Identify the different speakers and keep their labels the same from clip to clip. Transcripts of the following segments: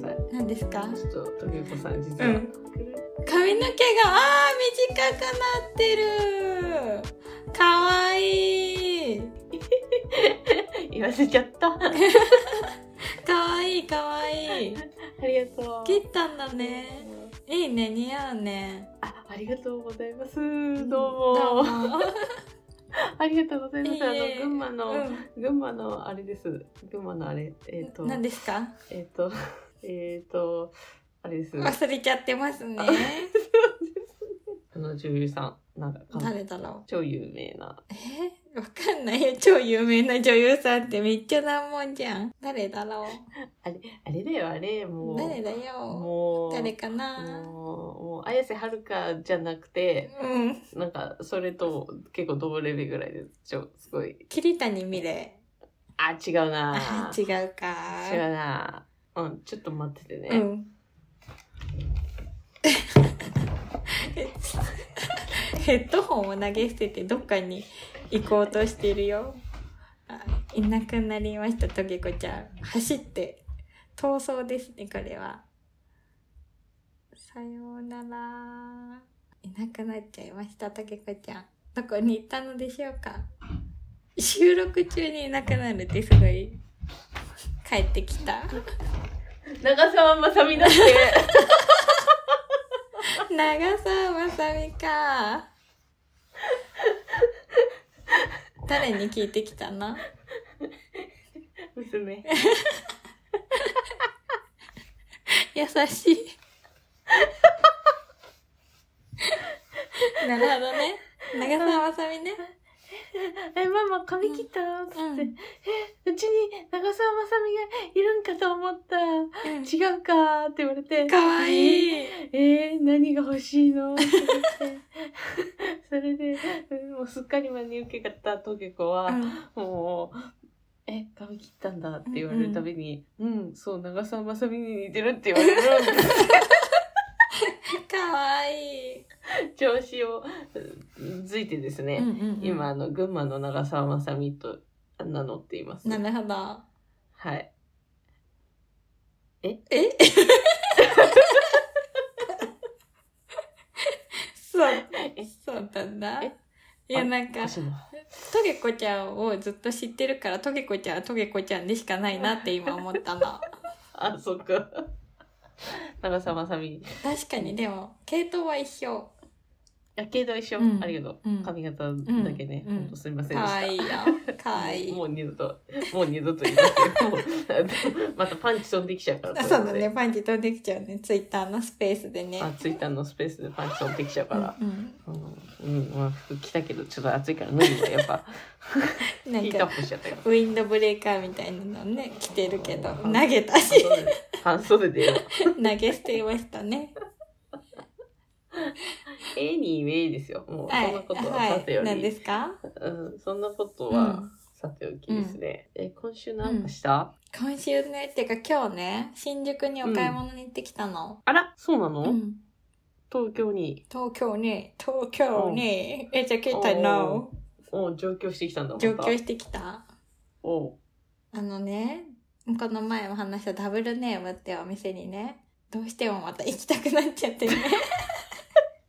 Speaker 1: ない
Speaker 2: 何ですか
Speaker 1: ちょっと時子さん実
Speaker 2: う
Speaker 1: は、
Speaker 2: ん髪の毛があー短くなってるかわいい
Speaker 1: 言わせちゃったあ
Speaker 2: かわいいかわいい
Speaker 1: りがとう
Speaker 2: 切ったんだねいいね似合うね
Speaker 1: あありがとうございますどうも
Speaker 2: ど うも
Speaker 1: ありがとうございますあ
Speaker 2: いえいえ
Speaker 1: の群馬の、
Speaker 2: う
Speaker 1: 群馬のあれです群馬のあれえっ、と
Speaker 2: ん何ですか
Speaker 1: えっ、と えっ、とあれです
Speaker 2: 忘れちゃってますね
Speaker 1: あの女優さんなんか
Speaker 2: 誰だろう
Speaker 1: 超有名な
Speaker 2: えわかんないよ超有名な女優さんってめっちゃ難問じゃん誰だろ
Speaker 1: あれだよあれも
Speaker 2: う
Speaker 1: う
Speaker 2: 誰だよ
Speaker 1: もう
Speaker 2: 誰か
Speaker 1: もう
Speaker 2: な
Speaker 1: もう綾瀬はるかじゃなくて
Speaker 2: うん
Speaker 1: なんかそれと結構同レベルぐらいでちょすごい
Speaker 2: 桐谷美玲
Speaker 1: あ違うな
Speaker 2: あー 違うか
Speaker 1: 違うなうんちょっと待っててね、
Speaker 2: うん。 ヘッドホンを投げ捨ててどっかに行こうとしてるよ。あいなくなりました、とげこちゃん。走って。逃走ですね、これは。さようなら。いなくなっちゃいました、とげこちゃん。どこに行ったのでしょうか収録中にいなくなるってすごい。帰ってきた。
Speaker 1: 長澤まさみだって
Speaker 2: 長澤まさみか誰に聞いてきたの
Speaker 1: 娘
Speaker 2: 優しいなるほどね長澤まさみね
Speaker 1: えママ髪切ったの?」っつって、
Speaker 2: うん
Speaker 1: えうちに長澤まさみがいるんかと思った
Speaker 2: うん
Speaker 1: 違うか」って言われて
Speaker 2: かわい
Speaker 1: い
Speaker 2: い
Speaker 1: えー、何が欲しいのって言ってそれで、うんもうすっかり真に受けたトゲ子は、
Speaker 2: うん
Speaker 1: もう「え髪切ったんだ」って言われるたびに「うん、そう長澤まさみに似てる」って言われるんです
Speaker 2: かわいい
Speaker 1: 調子をうんづいてですね、今あの群馬の長澤まさみと名乗っています。
Speaker 2: なるほど
Speaker 1: はい
Speaker 2: え そうそうだな
Speaker 1: え
Speaker 2: いやなんか
Speaker 1: 私も
Speaker 2: トゲコちゃんをずっと知ってるからトゲコちゃんはトゲコちゃんでしかないなって今 思ったの
Speaker 1: あそっか長澤まさみ
Speaker 2: 確かにでも系統は一緒
Speaker 1: やけど一緒、
Speaker 2: うん
Speaker 1: ありがと
Speaker 2: う
Speaker 1: う、
Speaker 2: ん
Speaker 1: 髪型だけね、
Speaker 2: うん
Speaker 1: ほんとすみません
Speaker 2: か
Speaker 1: でした。
Speaker 2: わいいよかわいい
Speaker 1: もうもう二度と、もう二度と言いますよ。もう またパンチ飛んできちゃうから。
Speaker 2: あそうだねパンチ飛んできちゃうねツイッターのスペースでね
Speaker 1: あ、ツイッターのスペースでパンチ飛んできちゃうから。
Speaker 2: うん
Speaker 1: うん、うん、まあ、服着たけど、ちょっと暑いから、脱ぐわ、やっ ぱ。
Speaker 2: う
Speaker 1: ヒ
Speaker 2: ん、なん
Speaker 1: ートア
Speaker 2: か
Speaker 1: ップしちゃったよ。
Speaker 2: ウィンドブレーカーみたいなのね着てるけど投げたし
Speaker 1: 半袖でよ。
Speaker 2: 投げ捨てましたね
Speaker 1: エニーウェイですよ。もう、
Speaker 2: は
Speaker 1: そん
Speaker 2: い
Speaker 1: なことは
Speaker 2: は
Speaker 1: さており。
Speaker 2: い何ですか
Speaker 1: うん、そんなこと
Speaker 2: う
Speaker 1: は
Speaker 2: ん
Speaker 1: さておきですね。え、今週なんかした、
Speaker 2: 今週ねっていうか今日ね新宿にお買い物に行ってきたの、
Speaker 1: あら、そうなの、
Speaker 2: うん
Speaker 1: 東京に、
Speaker 2: 東京に東京にえじゃあ携帯
Speaker 1: お
Speaker 2: の
Speaker 1: お上京してきたんだ、また
Speaker 2: 上京してきた
Speaker 1: お
Speaker 2: あのねこの前も話したダブルネームってお店にねどうしてもまた行きたくなっちゃっ てね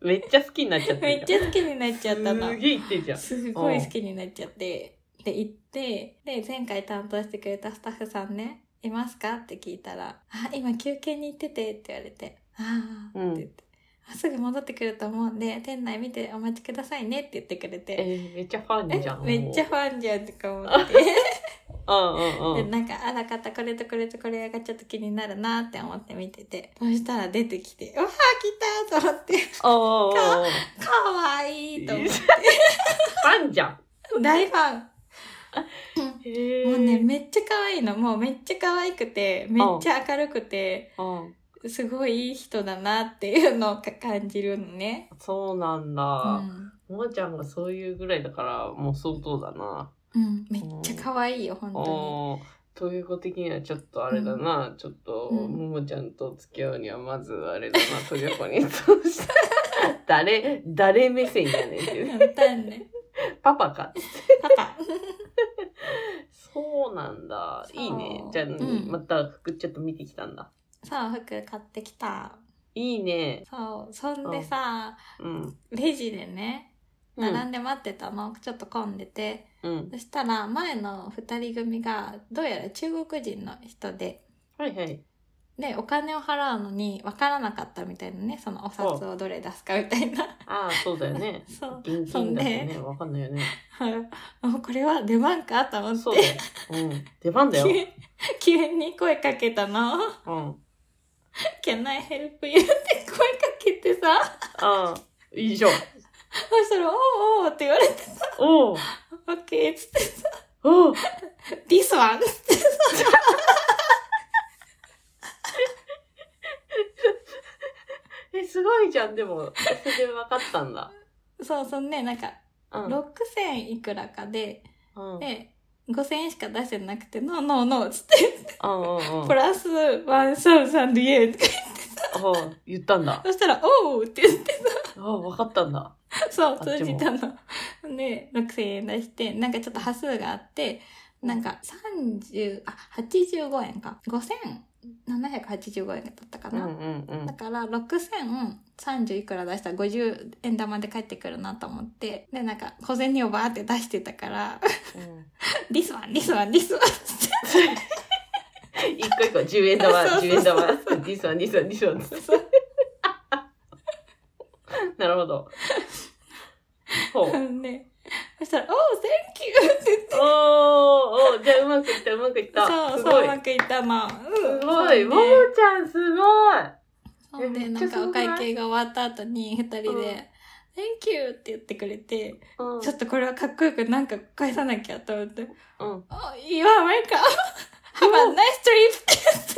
Speaker 1: めっちゃ好きになっちゃって
Speaker 2: め
Speaker 1: る
Speaker 2: っちゃ好きになっちゃったの
Speaker 1: すげえ言ってんじゃん。
Speaker 2: すごい好きになっちゃってで行ってで前回担当してくれたスタッフさんね「いますか?」って聞いたら「あ今休憩に行ってて」って言われて「ああ」って言って、あすぐ戻ってくると思うんで店内見てお待ちくださいね」って言ってくれ
Speaker 1: え
Speaker 2: て
Speaker 1: ー、めっちゃファンじゃん。
Speaker 2: めっちゃ
Speaker 1: も
Speaker 2: ファンじゃんとか思っ て
Speaker 1: う。うんうんう
Speaker 2: で
Speaker 1: ん。
Speaker 2: なんかあらかたこれとこれとこれがちょっと気になるなって思って見ててそしたら出てきて「うわー来た!」と 思って
Speaker 1: おーおーおー
Speaker 2: 「かわい い!」と思って
Speaker 1: ファンじゃ ん。
Speaker 2: 大ファン
Speaker 1: へー
Speaker 2: もうね、めっちゃ可愛いの。もうめっちゃ可愛くて、めっちゃ明るくて、
Speaker 1: うん
Speaker 2: すごいいい人だなっていうのをか感じるのね。
Speaker 1: そうなんだ。
Speaker 2: う
Speaker 1: も
Speaker 2: ん。
Speaker 1: もちゃんがそういうぐらいだから、もう相当だな。
Speaker 2: うん、めっちゃ可愛いよ、本当
Speaker 1: おーということ的にはちょっとあれだな、ちょっと、
Speaker 2: うん
Speaker 1: ももちゃんと付き合うにはまずあれだな、という子にそう した。誰、誰目線やねんっていうね。
Speaker 2: に。簡単ね。
Speaker 1: パパか。
Speaker 2: パパ。
Speaker 1: そうなんだ。
Speaker 2: そう
Speaker 1: いいね。じゃあ、
Speaker 2: うん
Speaker 1: また服ちょっと見てきたんだ。
Speaker 2: そう、服買ってきた。
Speaker 1: いいね。
Speaker 2: そう、そんでさ、
Speaker 1: うん。
Speaker 2: レジでね、
Speaker 1: うん
Speaker 2: 並んで待ってたの、ちょっと混んでて、
Speaker 1: うん。
Speaker 2: そしたら前の二人組が、どうやら中国人の人で、
Speaker 1: はいはい。
Speaker 2: で、お金を払うのに分からなかったみたいなね、そのお札をどれ出すかみたいな。。
Speaker 1: ああ、そうだよね
Speaker 2: そう。
Speaker 1: 現金だとね、わかんないよね。
Speaker 2: あこれは出番かと思
Speaker 1: そう
Speaker 2: っ
Speaker 1: だ
Speaker 2: て、
Speaker 1: よ。うん。出番だよ。
Speaker 2: 急急に声かけたの。
Speaker 1: うん。
Speaker 2: Can I help you? って声かけてさ、
Speaker 1: ああ、いい じゃん。
Speaker 2: そしたら、おうおうって言われて、
Speaker 1: おう
Speaker 2: OK っつって、
Speaker 1: おう
Speaker 2: This one! っつって
Speaker 1: え、すごいじゃん。でも、それで分かったんだ。
Speaker 2: そうそうね、なんか、
Speaker 1: うん。
Speaker 2: 6000いくらかで、
Speaker 1: うん。うん
Speaker 2: で、5000円しか出してなくて、ノーノーノーっつって、
Speaker 1: うんうん
Speaker 2: プ。ラス1030 円とか
Speaker 1: おう言ったんだ。
Speaker 2: そしたら、おうって言って、
Speaker 1: おう分かったんだ。
Speaker 2: そう、
Speaker 1: あ
Speaker 2: 通じたの。で、6000円出して、なんかちょっと端数があって、なんか30、あ、85円か。5785円だったか
Speaker 1: うんう
Speaker 2: な。
Speaker 1: んうん
Speaker 2: だ。から6030いくら出したら50円玉で返ってくるなと思ってでなんか小銭をバーって出してたから
Speaker 1: うん
Speaker 2: 「リスワンリスワンリスワン」って
Speaker 1: 一個一個、10円玉、
Speaker 2: そうそうそう
Speaker 1: 10円玉、ディスワン、ディスワン、ディスワン。なるほど。ほう。
Speaker 2: ねそしたら「おおセンキュー」って言って
Speaker 1: おーおーじゃあうまくいった、うまくいった。
Speaker 2: そう
Speaker 1: す
Speaker 2: そ
Speaker 1: ご
Speaker 2: う。
Speaker 1: いう
Speaker 2: まくいったの、うん、
Speaker 1: すごい。
Speaker 2: そう
Speaker 1: もも
Speaker 2: ね
Speaker 1: ちゃん、すごい。
Speaker 2: そう
Speaker 1: め
Speaker 2: で
Speaker 1: っ
Speaker 2: な
Speaker 1: ちゃ
Speaker 2: ん
Speaker 1: すご
Speaker 2: かお
Speaker 1: くない
Speaker 2: 会計が終わった後に2
Speaker 1: う
Speaker 2: 人で
Speaker 1: ん
Speaker 2: 「Thank you」って言ってくれて、
Speaker 1: うん
Speaker 2: ちょっとこれはかっこよくなんか返さなきゃと思って
Speaker 1: うん。
Speaker 2: 「Oh, you are welcome! Have a nice trip!」って言って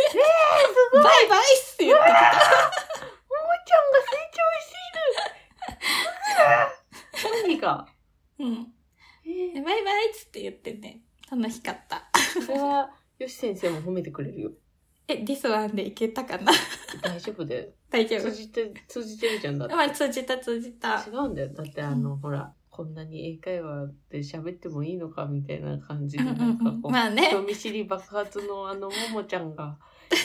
Speaker 2: 「バイバイ!」って言って
Speaker 1: ももちゃんが成長している。何が
Speaker 2: うん。
Speaker 1: え
Speaker 2: でバイバイっつって言ってね。楽しかった。
Speaker 1: ーそれは、よし先生も褒めてくれるよ。
Speaker 2: え、ディスワンでいけたかな
Speaker 1: 大丈夫だよ。
Speaker 2: 大丈
Speaker 1: 通
Speaker 2: 夫。
Speaker 1: じて、通じてるじゃんだって。
Speaker 2: まあ、通じた通じた
Speaker 1: 違。うんだよ。だってあの、ほら、こんなに英会話で喋ってもいいのかみたいな感じ
Speaker 2: う
Speaker 1: で、
Speaker 2: んう
Speaker 1: なんか
Speaker 2: ん
Speaker 1: こ
Speaker 2: う
Speaker 1: う、
Speaker 2: ん。まあね。
Speaker 1: 人見知り爆発のあのももちゃんが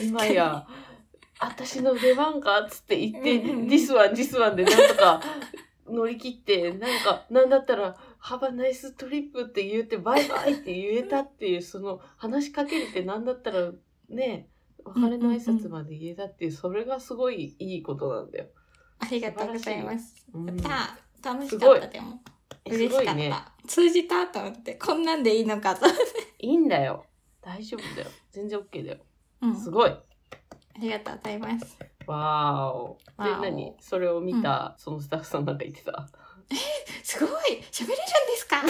Speaker 1: 今や「私の出番か?」っつって言って「
Speaker 2: うんうん
Speaker 1: ディスワンディスワン」でなんとか乗り切ってなんかなんだったら「ハバナイストリップ」って言って「バイバイ」って言えたっていうその話しかけるってなんだったらね別れの挨拶まで言えたっていうそれがすごいいいことなんだよ。
Speaker 2: ありがとうございます。
Speaker 1: うん
Speaker 2: やった。楽し
Speaker 1: す
Speaker 2: か
Speaker 1: ご
Speaker 2: っ
Speaker 1: い
Speaker 2: た、でも。
Speaker 1: す
Speaker 2: 嬉
Speaker 1: ご
Speaker 2: しか
Speaker 1: い
Speaker 2: っ
Speaker 1: ね。
Speaker 2: た。通じたと思って。こんなんでいいのかと。
Speaker 1: いいんだよ。大丈夫だよ。全然 OK だよ。
Speaker 2: うん。
Speaker 1: すごい。
Speaker 2: ありがとうございます。
Speaker 1: わーお。
Speaker 2: わーお
Speaker 1: で、何それを見た、そのスタッフさんなんか言ってた。
Speaker 2: すごい喋れるんですか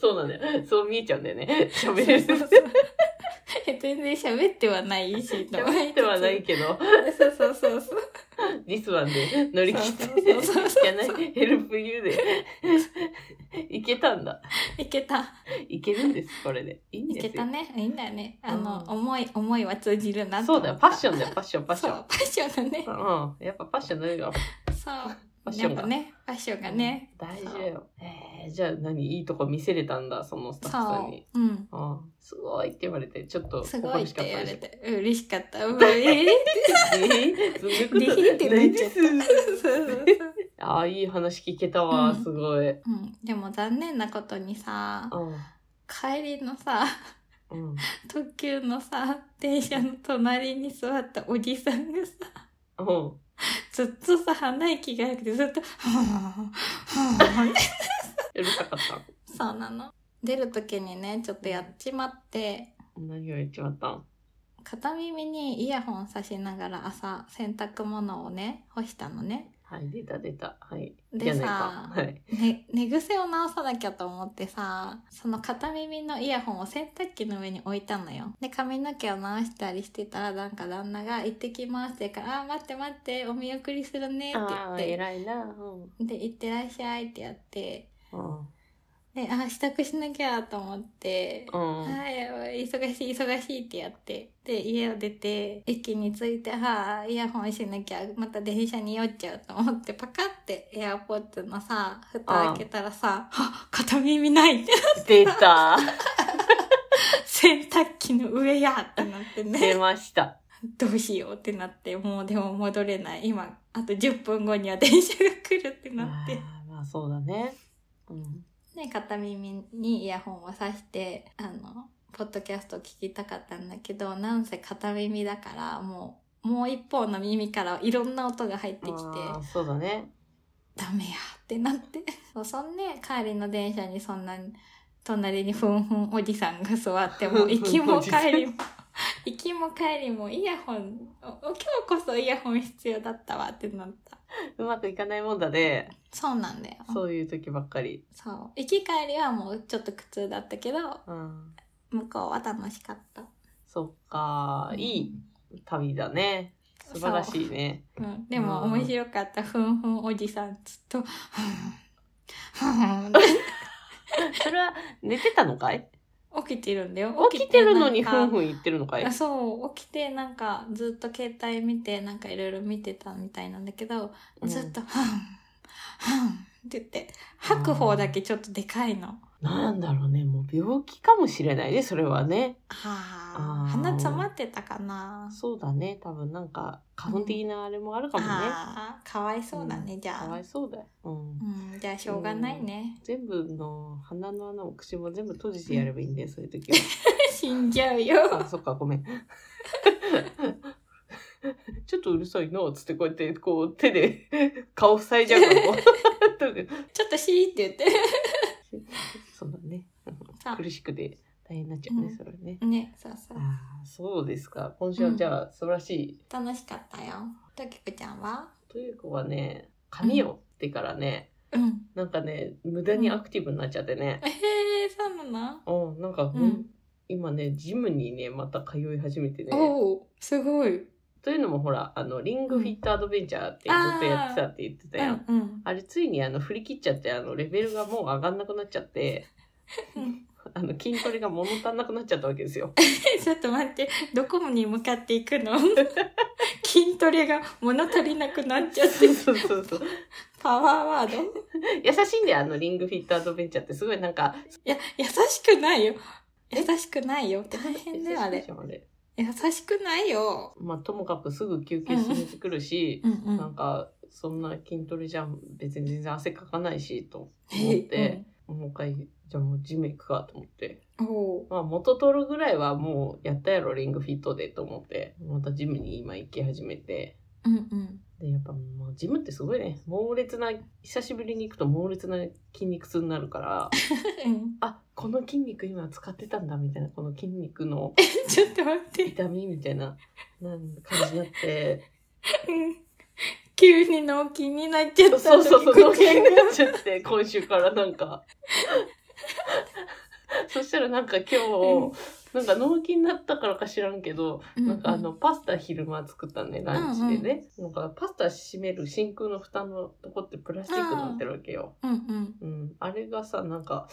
Speaker 1: そうなんだよ。そう見えちゃうんだよね。喋れ
Speaker 2: そ
Speaker 1: る
Speaker 2: うそ。うそうえ全然喋ってはないし、と思
Speaker 1: 喋
Speaker 2: いつつ
Speaker 1: ってはない。け ど、
Speaker 2: そうそうそうそう。
Speaker 1: ディスワンで乗り切って、
Speaker 2: そうそうそうそう
Speaker 1: じゃない、ヘルプユーで、 いけたんだ。
Speaker 2: いけた。
Speaker 1: いけるんです、これで。いいん
Speaker 2: い
Speaker 1: です
Speaker 2: け
Speaker 1: よ。
Speaker 2: たね。いいんだよね。あの、
Speaker 1: うん
Speaker 2: 思い、思いは通じるなと
Speaker 1: そう
Speaker 2: 思っ
Speaker 1: だ
Speaker 2: た
Speaker 1: よ、パッションだよ、パッション、パッシ
Speaker 2: そ
Speaker 1: ョン
Speaker 2: う、。パッションがね。
Speaker 1: うん、やっぱパッションだよ。
Speaker 2: そ
Speaker 1: パッ
Speaker 2: う。
Speaker 1: ショ
Speaker 2: やっ
Speaker 1: ンが
Speaker 2: ぱね、パッションがね。
Speaker 1: 大事だよ。えー、じゃあ何いいとこ見せれたんだ、そのスタッフさんに
Speaker 2: そ。う。うん。
Speaker 1: うん、すごいって言われて、ちょっと
Speaker 2: すご
Speaker 1: 心
Speaker 2: いっ
Speaker 1: しか
Speaker 2: て
Speaker 1: った
Speaker 2: 言わ
Speaker 1: でしょ。
Speaker 2: れて、うん嬉しかった。う ん、ええ
Speaker 1: えそんなこと
Speaker 2: でひってなっちゃった
Speaker 1: ないです
Speaker 2: そうそうそう。
Speaker 1: ああ、いい話聞けたわ、
Speaker 2: うん
Speaker 1: すごい。
Speaker 2: うん。でも残念なことにさ、帰りのさ、
Speaker 1: うん。うん。
Speaker 2: 特急のさ、電車の隣に座ったおじさんがさ、
Speaker 1: うん。
Speaker 2: ずっとさ、鼻息がなくてずっと、は ぁ、はぁ、
Speaker 1: うるさかった。
Speaker 2: そうなの。出るときにね、ちょっとやっちまって、
Speaker 1: 何を言っちまったん
Speaker 2: 片耳にイヤホンさしながら朝洗濯物をね干したのね
Speaker 1: はい、出た出た。はい。
Speaker 2: で
Speaker 1: じゃない
Speaker 2: さ
Speaker 1: か。はい。
Speaker 2: ね寝癖を直さなきゃと思ってさその片耳のイヤホンを洗濯機の上に置いたのよで髪の毛を直したりしてたらなんか旦那が「行ってきます」って言うから「あー待って待ってお見送りするね」って
Speaker 1: ああ、
Speaker 2: 言って
Speaker 1: 偉いな。うん。うん。
Speaker 2: 「で行ってらっしゃい」ってやってで「あー支度しなきゃ」と思って
Speaker 1: うん。
Speaker 2: はい、忙しい忙しいってやってで家を出て駅に着いてはあイヤホンしなきゃまた電車に酔っちゃうと思ってパカってエアポッツのさ 蓋開けたらさ「はっ片耳ない」って
Speaker 1: 出た。
Speaker 2: 洗濯機の上やってなって
Speaker 1: 出
Speaker 2: ね。
Speaker 1: ました。
Speaker 2: どうしようってなって、もうでも戻れない。今、あと10分後には電車が来るってなって。
Speaker 1: あーまあそうだね。うん。
Speaker 2: で、片耳にイヤホンをさして、あの、ポッドキャストを聞きたかったんだけど、なんせ片耳だから、もう、もう一方の耳からいろんな音が入ってきて、
Speaker 1: あーそうだね。
Speaker 2: ダメやってなって。 そうそんで、帰りの電車にそんなに、隣にふんふんおじさんが 座っても、
Speaker 1: ふんふんおじ
Speaker 2: 行
Speaker 1: さん
Speaker 2: きも帰りも、 行きも帰りもイヤホン、お今日こそイヤホン必要だったわってなった。
Speaker 1: うまくいかないもんだね。
Speaker 2: そうなんだよ。そう。
Speaker 1: そういう時ばっかり。
Speaker 2: 行き帰りはもうちょっと苦痛だったけど、
Speaker 1: うん。
Speaker 2: 向こうは楽しかった。
Speaker 1: そっか、いい旅だね。素晴らしいね。
Speaker 2: うん、でも
Speaker 1: うん
Speaker 2: 面白かった、ふんふんおじさんずっと、ふん、ふんって、
Speaker 1: それは寝てたのかい
Speaker 2: 起きてるんだよ。
Speaker 1: 起きてるのにふ
Speaker 2: なんんか
Speaker 1: ふん言ってるのかい
Speaker 2: あそう起きてなんかずっと携帯見てなんかいろいろ見てたみたいなんだけど、
Speaker 1: うん
Speaker 2: ずっと「はんはん」って言って吐く方だけちょっとでかいの。
Speaker 1: なんだろうね、もう病気かもしれないね、それはね。
Speaker 2: はあ
Speaker 1: あー
Speaker 2: 鼻詰まってたかな
Speaker 1: そうだね、多分なんか、花粉的なあれもあるかもね。
Speaker 2: あーかわいそうだね、じゃ
Speaker 1: かわ
Speaker 2: あ
Speaker 1: い、そうだよ。うん。
Speaker 2: うん、じゃあしょうがないね、
Speaker 1: 全部の鼻の穴も口も全部閉じてやればいいんだよ、そういう時は。
Speaker 2: 死んじゃうよ
Speaker 1: あ、そっか、ごめん。ちょっとうるさいな、つってこうやって、こう手で顔塞いじゃうから こうとにかく。
Speaker 2: ちょっとシーって言 って
Speaker 1: そうだね。
Speaker 2: さ
Speaker 1: 苦しくて大変になっちゃうね、
Speaker 2: うん
Speaker 1: それね。
Speaker 2: ねそうそう
Speaker 1: ああ、そうですか。今週はじゃあ、素晴らしい。
Speaker 2: 楽しかったよときくちゃんは
Speaker 1: という子はね、髪をってからね、
Speaker 2: うん
Speaker 1: なんかね、無駄にアクティブになっちゃってね。
Speaker 2: えー、そうなの
Speaker 1: うん、なんか、
Speaker 2: うん、
Speaker 1: 今ね、ジムにね、また通い始めてね。
Speaker 2: おおすごい
Speaker 1: というのもほら、あの、リングフィットアドベンチャーってずっとやってたって言ってたやん。
Speaker 2: うんうん
Speaker 1: あれついにあの振り切っちゃってあのレベルがもう上がんなくなっちゃって
Speaker 2: うん
Speaker 1: あの筋トレが物足んなくなっちゃったわけです よ。
Speaker 2: ちょっと待って、どこに向かっていくの 筋トレが物足りなくなっちゃって
Speaker 1: そう、そうそうそう
Speaker 2: パワーワード
Speaker 1: 優しいんだよあのリングフィットアドベンチャーってすごいなんか
Speaker 2: いや、優しくないよ。優しくないよ。大変だよ、あ
Speaker 1: 優しいで
Speaker 2: れ
Speaker 1: し。ょあれ
Speaker 2: 優しくないよ。
Speaker 1: まあともかくすぐ休憩しに来るし、
Speaker 2: うんう
Speaker 1: なん
Speaker 2: ん。
Speaker 1: かそんな筋トレじゃ別に全然汗かかないしと思って、もう一回じゃあもうジム行くかと思って
Speaker 2: うん、おう
Speaker 1: まあ元取るぐらいはもうやったやろリングフィットでと思ってまたジムに今行き始めて。
Speaker 2: うんうん。
Speaker 1: でやっぱもうジムってすごいね猛烈な久しぶりに行くと猛烈な筋肉痛になるから
Speaker 2: うん
Speaker 1: あこの筋肉今使ってたんだみたいなこの筋肉の
Speaker 2: ちょっと待って。
Speaker 1: 痛みみたいななん感じになって
Speaker 2: うん 急に脳筋になっちゃった。
Speaker 1: そうそうそう
Speaker 2: 時々
Speaker 1: 脳筋になっちゃって今週からなん かそしたらなんか今日、
Speaker 2: う
Speaker 1: なんか脳筋になったからか知らんけど、
Speaker 2: うんうん
Speaker 1: なんかあのパスタ昼間作ったんでランチでね、なんかパスタ閉める真空の蓋のとこってプラスチックになってるわけよ。
Speaker 2: うんうん
Speaker 1: うん、あれがさなんか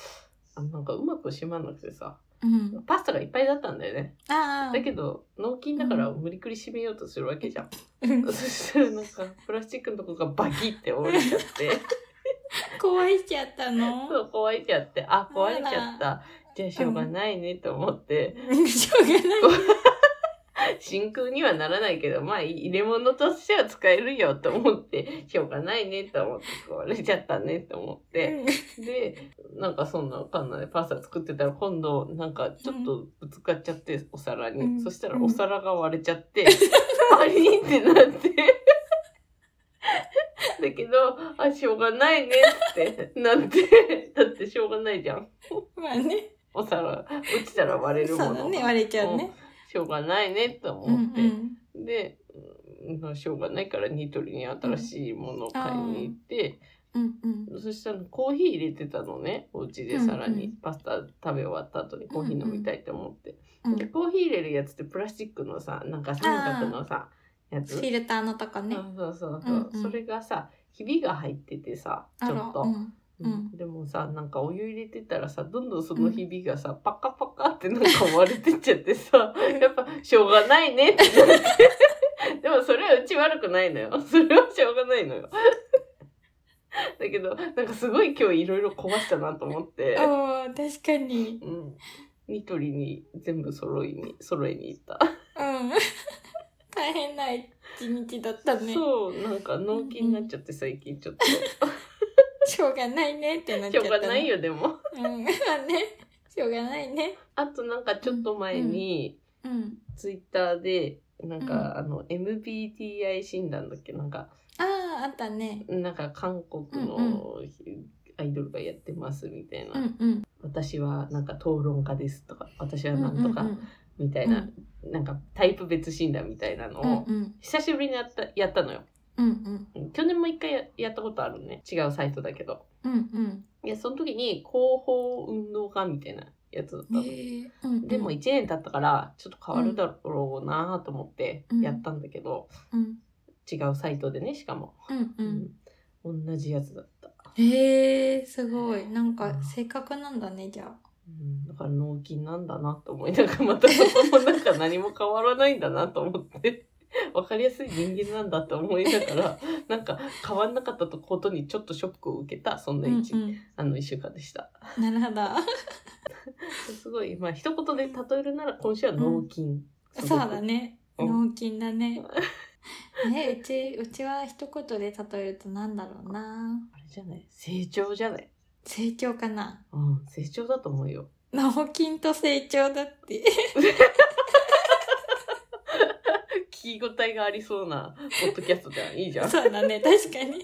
Speaker 1: あなんかうまく閉まんなくてさ
Speaker 2: うん。
Speaker 1: パスタがいっぱいだったんだよね
Speaker 2: ああ。
Speaker 1: だけ
Speaker 2: ど、
Speaker 1: ど納金だから無理くり閉めようとするわけじゃん、
Speaker 2: うん
Speaker 1: そしたらなんかプラスチックのとこがバキって折れちゃって
Speaker 2: 壊しちゃったの
Speaker 1: そう壊れちゃってあ壊れちゃったじゃあしょうがないねと思って、
Speaker 2: しょうがない。
Speaker 1: 真空にはならないけどまあ入れ物としては使えるよと思ってしょうがないねと思って壊れちゃったねと思って。でなんかそんなわかんないパスタ作ってたら今度なんかちょっとぶつかっちゃって、お皿に、
Speaker 2: うん
Speaker 1: そしたらお皿が割れちゃって、パリンってなってだけどあしょうがないねってなってだってしょうがないじゃん
Speaker 2: うんまあね。
Speaker 1: お皿落ちたら割れる
Speaker 2: そう
Speaker 1: もの
Speaker 2: だね、割れちゃうね。
Speaker 1: しょうがないねと
Speaker 2: うんう
Speaker 1: 思って、
Speaker 2: ん。
Speaker 1: で、うん、しょうがないからニトリに新しいものを買いに行って。
Speaker 2: うんうん
Speaker 1: そしたらコーヒー入れてたのねお家でさら
Speaker 2: うんう
Speaker 1: に
Speaker 2: ん
Speaker 1: パスタ食べ終わった後にコーヒー飲みたいと思って、
Speaker 2: うん
Speaker 1: でコーヒー入れるやつってプラスチックのさなんか三角のさやつ
Speaker 2: フィルターのとこね
Speaker 1: そ。うそうそうそう、
Speaker 2: うんうん
Speaker 1: それがさひびが入っててさち
Speaker 2: あ
Speaker 1: ょ
Speaker 2: ら
Speaker 1: っと、
Speaker 2: うんうん
Speaker 1: うんでもさなんかお湯入れてたらさどんどんそのひびがさ、パカパカってなんか割れてっちゃってさやっぱしょうがないねってなって でもそれはうち悪くないのよ それはしょうがないのよ だけどなんかすごい今日いろいろ壊したなと思って、
Speaker 2: おー確かに。
Speaker 1: うん、ニトリに全部揃いに、揃えに行った。
Speaker 2: うん。 大変な一日だったね。
Speaker 1: そう、なんか納期になっちゃって最近ちょっと。
Speaker 2: しょうがないねってなっち
Speaker 1: し
Speaker 2: ゃ
Speaker 1: ょ
Speaker 2: っ
Speaker 1: う
Speaker 2: た、
Speaker 1: がない。よ、でも。
Speaker 2: うん。まあね。しょうがないね。
Speaker 1: あとなんかちょっと前に、
Speaker 2: うん。
Speaker 1: ツイッターで、なんか、
Speaker 2: うん
Speaker 1: あの、MBTI 診断だっけなんか、
Speaker 2: ああ、あったね。
Speaker 1: なんか韓国
Speaker 2: うん
Speaker 1: のアイドルがやってますみたいな。
Speaker 2: うんうん。
Speaker 1: 私はなんか討論家ですとか、私は
Speaker 2: うんう
Speaker 1: なんんとかみたいな、
Speaker 2: うん
Speaker 1: なんかタイプ別診断みたいなの
Speaker 2: うん
Speaker 1: を、
Speaker 2: うん
Speaker 1: 久しぶりにやったやったのよ。
Speaker 2: うん
Speaker 1: 去年も一回ややったことあるね。違うサイトだけど。
Speaker 2: うんうん
Speaker 1: いや、その時に広報運動家みたいなやつだった
Speaker 2: う
Speaker 1: の。
Speaker 2: ん。へえうんうん
Speaker 1: でも1年経ったから、ちょっと変わるだろうなと思って
Speaker 2: うん
Speaker 1: やったんだけど、
Speaker 2: うん
Speaker 1: 違うサイトでね、しかも。
Speaker 2: うんうん。
Speaker 1: うん同じやつだった。
Speaker 2: へえすごい。なんか性格なんだねじゃあ。
Speaker 1: うんだから納金なんだなと思いながら、またそこもなんか何も変わらないんだなと思って、 わかりやすい人間なんだと思いなが ら、なんか変わんなかったことにちょっとショックを受けた、そんな
Speaker 2: うん
Speaker 1: 一、
Speaker 2: う
Speaker 1: あの一週間でした。
Speaker 2: ん。なるほ ど。
Speaker 1: すごい、まあ一言で例えるなら今週は納金。す
Speaker 2: そ
Speaker 1: ご
Speaker 2: う
Speaker 1: く
Speaker 2: だ。ね。
Speaker 1: うん
Speaker 2: 脳筋だね。ねうちうちは一言で例えるとなんだろうな。
Speaker 1: あれじゃない成長じゃない
Speaker 2: 成長かな。
Speaker 1: うん、成長だと思うよ。
Speaker 2: 脳筋と成長だって。
Speaker 1: 聞き応えがありそうなポッドキャストじゃん。いいじゃん。
Speaker 2: そうだね、確かに。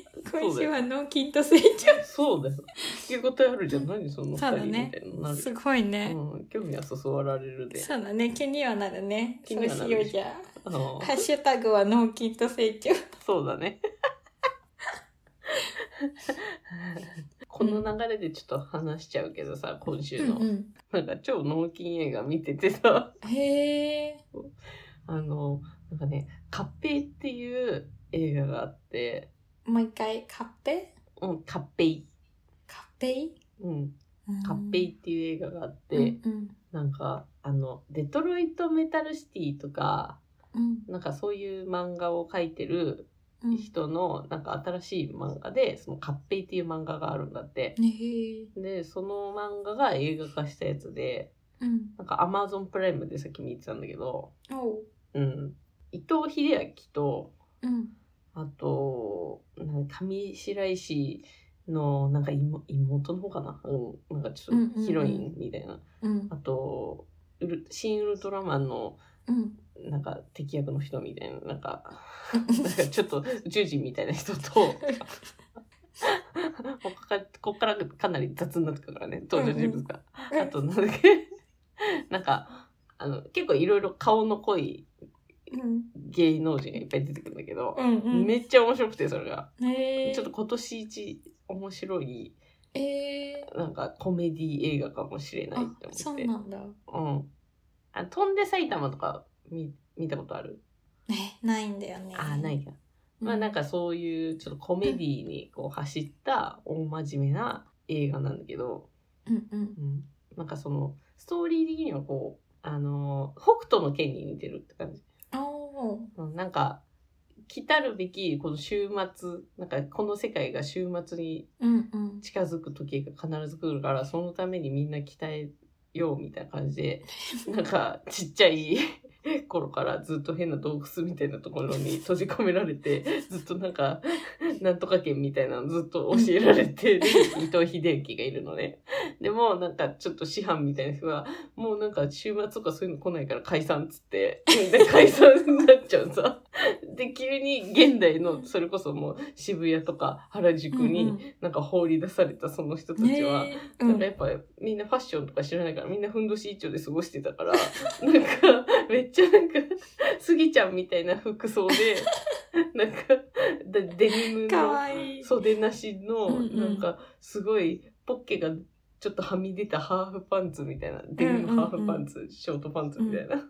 Speaker 1: よ
Speaker 2: 今週は脳筋と成長。
Speaker 1: そうだよ。聞き応えあるじゃん。何その二
Speaker 2: そうだ
Speaker 1: 人みた
Speaker 2: ね
Speaker 1: いになる。
Speaker 2: すごいね。
Speaker 1: うん、興味はそそられるで。
Speaker 2: そうだね、気にはなるね。
Speaker 1: 気
Speaker 2: そ
Speaker 1: に
Speaker 2: う
Speaker 1: はな
Speaker 2: し
Speaker 1: るで
Speaker 2: よう
Speaker 1: しょ
Speaker 2: じゃ
Speaker 1: あの
Speaker 2: あ。ハッシュタグは脳筋と成長。
Speaker 1: そうだね。 この流れでちょっと話しちゃうけどさ、今週の。
Speaker 2: うん
Speaker 1: なんか超納金映画見ててさ、
Speaker 2: うん。へえ。
Speaker 1: あの、なんかね、カッペイっていう映画があって、
Speaker 2: もう一回、カッペ
Speaker 1: うん、カッペイ。
Speaker 2: カッペイ
Speaker 1: うん、カッペイっていう映画があって、
Speaker 2: うん
Speaker 1: なんか、あの、デトロイトメタルシティとか、
Speaker 2: うん
Speaker 1: なんかそういう漫画を描いてる
Speaker 2: うん。
Speaker 1: 人の、なんか新しい漫画で、そのカッペイっていう漫画があるんだって。
Speaker 2: ねへえ。
Speaker 1: で、その漫画が映画化したやつで、
Speaker 2: うん。
Speaker 1: なんかアマゾンプライムでさっき見てたんだけど、
Speaker 2: おう。
Speaker 1: うん。伊藤英明と、
Speaker 2: うん。
Speaker 1: あと、なんか上白石の、なんか妹妹の方かなうん。なんかちょっとヒロインみたいな。
Speaker 2: うん
Speaker 1: あ。と、ウル新ウルトラマンの、
Speaker 2: うん。
Speaker 1: なんか敵役の人みたいな、なんか、なんかちょっと宇宙人みたいな人と、ここからここからかなり雑になってくるからね、登場人物が。あと、なんだっけ、なんか、あの、結構いろいろ顔の濃い
Speaker 2: うん。
Speaker 1: 芸能人がいっぱい出てくるんだけど、
Speaker 2: うんうん。
Speaker 1: めっちゃ面白くて、それが。
Speaker 2: へえ。
Speaker 1: ちょっと今年一面白い、
Speaker 2: ええ。
Speaker 1: なんかコメディ映画かもしれない
Speaker 2: あ
Speaker 1: っ、て
Speaker 2: そ
Speaker 1: 思っ
Speaker 2: う
Speaker 1: て。
Speaker 2: なんだ。
Speaker 1: うん。あ、飛んで埼玉とか見見たことある
Speaker 2: ね、ないんだよね。
Speaker 1: あ、ないか。まあなんかそういうちょっとコメディにこう走った大真面目な映画なんだけど、
Speaker 2: うんうん
Speaker 1: うん、なんかそのストーリー的にはこう、あのー北斗の剣に似てるって感じ。
Speaker 2: おー
Speaker 1: うんなんか、来たるべきこの週末、なんかこの世界が週末に
Speaker 2: うんうん
Speaker 1: 近づく時が必ず来るからそのためにみんな鍛えようみたいな感じでなんかちっちゃい頃からずっと変な洞窟みたいなところに閉じ込められてずっとなんかなんとか県みたいなのずっと教えられ てで伊藤英明がいるのねでもなんかちょっと師範みたいな人がもうなんか週末とかそういうの来ないから解散っつってで解散になっちゃうさで急に現代のそれこそもう渋谷とか原宿に、なんか放り出されたその人たちは、
Speaker 2: ねえ
Speaker 1: なんかやっぱりみんなファッションとか知らない からみんなふんどし一丁で過ごしてたからなんかめっちゃなんかスギちゃんみたいな服装で なんかデデニム
Speaker 2: うん、か
Speaker 1: の
Speaker 2: わいい。
Speaker 1: 袖なしの
Speaker 2: うんうん
Speaker 1: なんかすごいポッケがちょっとはみ出たハーフパンツみたいなデニムハーフパンツ、ショートパンツみたいな。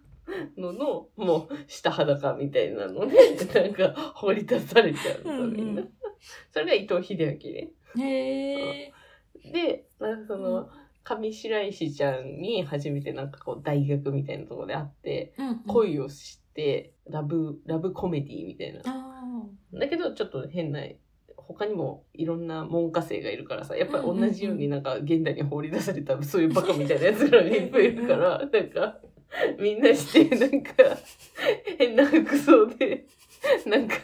Speaker 1: ののもう下裸みたいなのねなんか放り出されちゃうのみんな、
Speaker 2: うんうん
Speaker 1: それが伊藤英明ね
Speaker 2: へえ。
Speaker 1: で、なんかその、
Speaker 2: うん
Speaker 1: 上白石ちゃんに初めてなんかこう大学みたいなところで会って、
Speaker 2: うんうん。
Speaker 1: 恋をして、ラブ、ラブコメディみたいな。
Speaker 2: あ
Speaker 1: だけど、ちょっと変な他にもいろんな門下生がいるからさやっぱり同じようになんか現代に放り出されたそういうバカみたいなやつらがいっぱいいるからなんかみんなしてなんか変な服装でなんか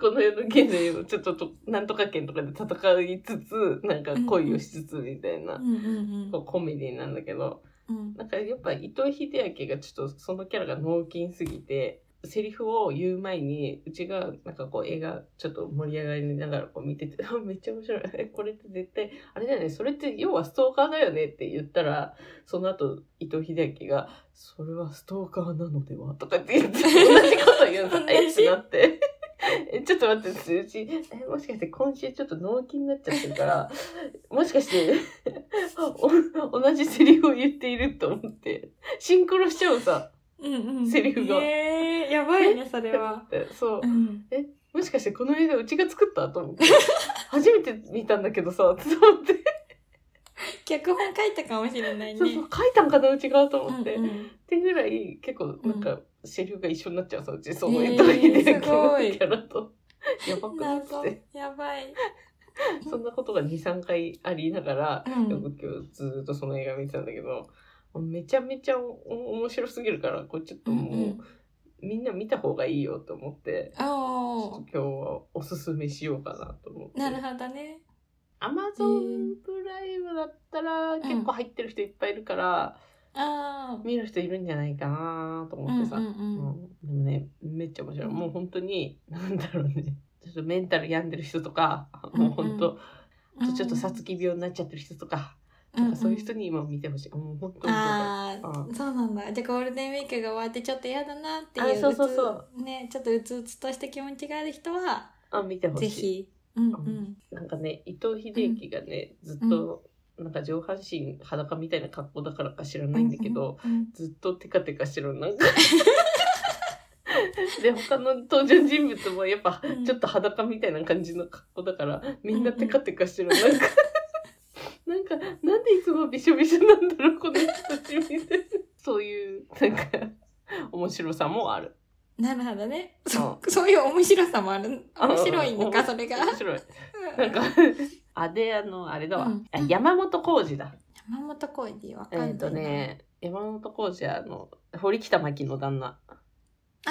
Speaker 1: この世の現代をちょっととなんとか県とかで戦いつつなんか恋をしつつみたいな
Speaker 2: うんうん
Speaker 1: こうコメディなんだけど。
Speaker 2: うん
Speaker 1: なんかやっぱ伊藤英明がちょっとそのキャラが脳筋すぎてセリフを言う前にうちがなんかこう映画ちょっと盛り上がりながらこう見て て「あめっちゃ面白いえこれって絶対あれだよねそれって要はストーカーだよね」って言ったらその後伊藤英明が「それはストーカーなのでは?」とかって 言って同じこと言うの
Speaker 2: 同じ
Speaker 1: えってなって。 えちょっと待って、うち、えもしかして今週ちょっと脳筋になっちゃってるから、もしかして、 お同じセリフを言っていると思って、シンクロしちゃうさ、
Speaker 2: うんうん
Speaker 1: セリフが
Speaker 2: えー、やばいねそれは。
Speaker 1: でそう
Speaker 2: う。ん
Speaker 1: もしかしてこの映画うちが作ったと思って。 初めて見たんだけどさ、と思って。
Speaker 2: 脚本書いたかもしれないね。
Speaker 1: そうそう、書いたんかな、うちがと思って。
Speaker 2: うんう
Speaker 1: っ
Speaker 2: ん
Speaker 1: てぐらい、結構なんか、セリフが一緒になっちゃうさ、うち、その
Speaker 2: えー
Speaker 1: 絵と絵で、
Speaker 2: すごい
Speaker 1: キャラと。やばくなっ
Speaker 2: 謎
Speaker 1: て。
Speaker 2: やばい。
Speaker 1: そんなことが2、3回ありながら、
Speaker 2: うん
Speaker 1: よく今日ずーっとその映画見てたんだけど、めちゃめちゃおお面白すぎるから、これちょっともう、
Speaker 2: うんうん
Speaker 1: みんな見た方がいいよと思って、
Speaker 2: あ
Speaker 1: ちょ
Speaker 2: お
Speaker 1: っと今日はおすすめしようかなと思って。
Speaker 2: なるほどね。
Speaker 1: アマゾンプライムだったら結構入ってる人いっぱいいるから、
Speaker 2: あ
Speaker 1: 見る人いるんじゃないかなと
Speaker 2: あ。う
Speaker 1: 思って
Speaker 2: んうん
Speaker 1: さ、
Speaker 2: うん。
Speaker 1: うんでもねめっちゃ面白いもう本当になんだろうねちょっとメンタル病んでる人とかもう本当、
Speaker 2: うん
Speaker 1: ちょっとさつき病になっちゃってる人とか,、なんかそういう人に今見てほしい、もう本当に
Speaker 2: ああ、
Speaker 1: う
Speaker 2: そうなんだ。じゃあゴールデンウィークが終わってちょっと嫌だなっていう
Speaker 1: あそうそうそう
Speaker 2: うつね、ちょっとうつうつとした気持ちがある人は、
Speaker 1: あ見てほ
Speaker 2: ぜ
Speaker 1: しい
Speaker 2: ひ。うんうん。
Speaker 1: なんかね伊藤英明がね、ずっとなんか上半身裸みたいな格好だからか知らないんだけど、
Speaker 2: うんうんうん。
Speaker 1: ずっとテカテカしてるなんか で他の登場人物もやっぱ
Speaker 2: うん
Speaker 1: ちょっと裸みたいな感じの格好だからみんなテカテカしてるなんかなんかなんでいつもびしょびしょなんだろうこの人たちみたいなそういうなんか面白さもある
Speaker 2: なるほどね。そ そういう面白さもある。面白いのか、それが。
Speaker 1: 面白いなん かあであのあれだわ、
Speaker 2: うん
Speaker 1: あ山本浩二だ
Speaker 2: 山本浩二わか
Speaker 1: え
Speaker 2: ん
Speaker 1: っ
Speaker 2: ない、、
Speaker 1: と。ね山本浩二はあの堀北真希の旦那
Speaker 2: ああ、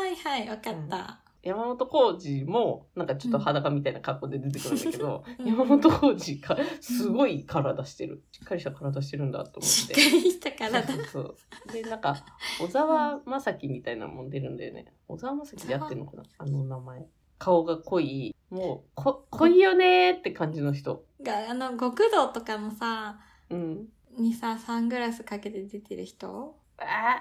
Speaker 2: はいはい、わかった。
Speaker 1: 山本浩二もなんかちょっと裸みたいな格好で出てくるんだけど、
Speaker 2: うん
Speaker 1: 山本浩二がすごい体してるしっかりした体してるんだと思
Speaker 2: しっ
Speaker 1: っ
Speaker 2: か
Speaker 1: て。
Speaker 2: りした体。
Speaker 1: そうそうそうでなんか小沢雅樹みたいなのもん出るんだよね小沢雅樹でやってるのかなあの名前顔が濃いもうこ濃いよねーって感じの人
Speaker 2: が、あの、極道とかのさ、
Speaker 1: うん
Speaker 2: にさ、サングラスかけて出てる人
Speaker 1: あ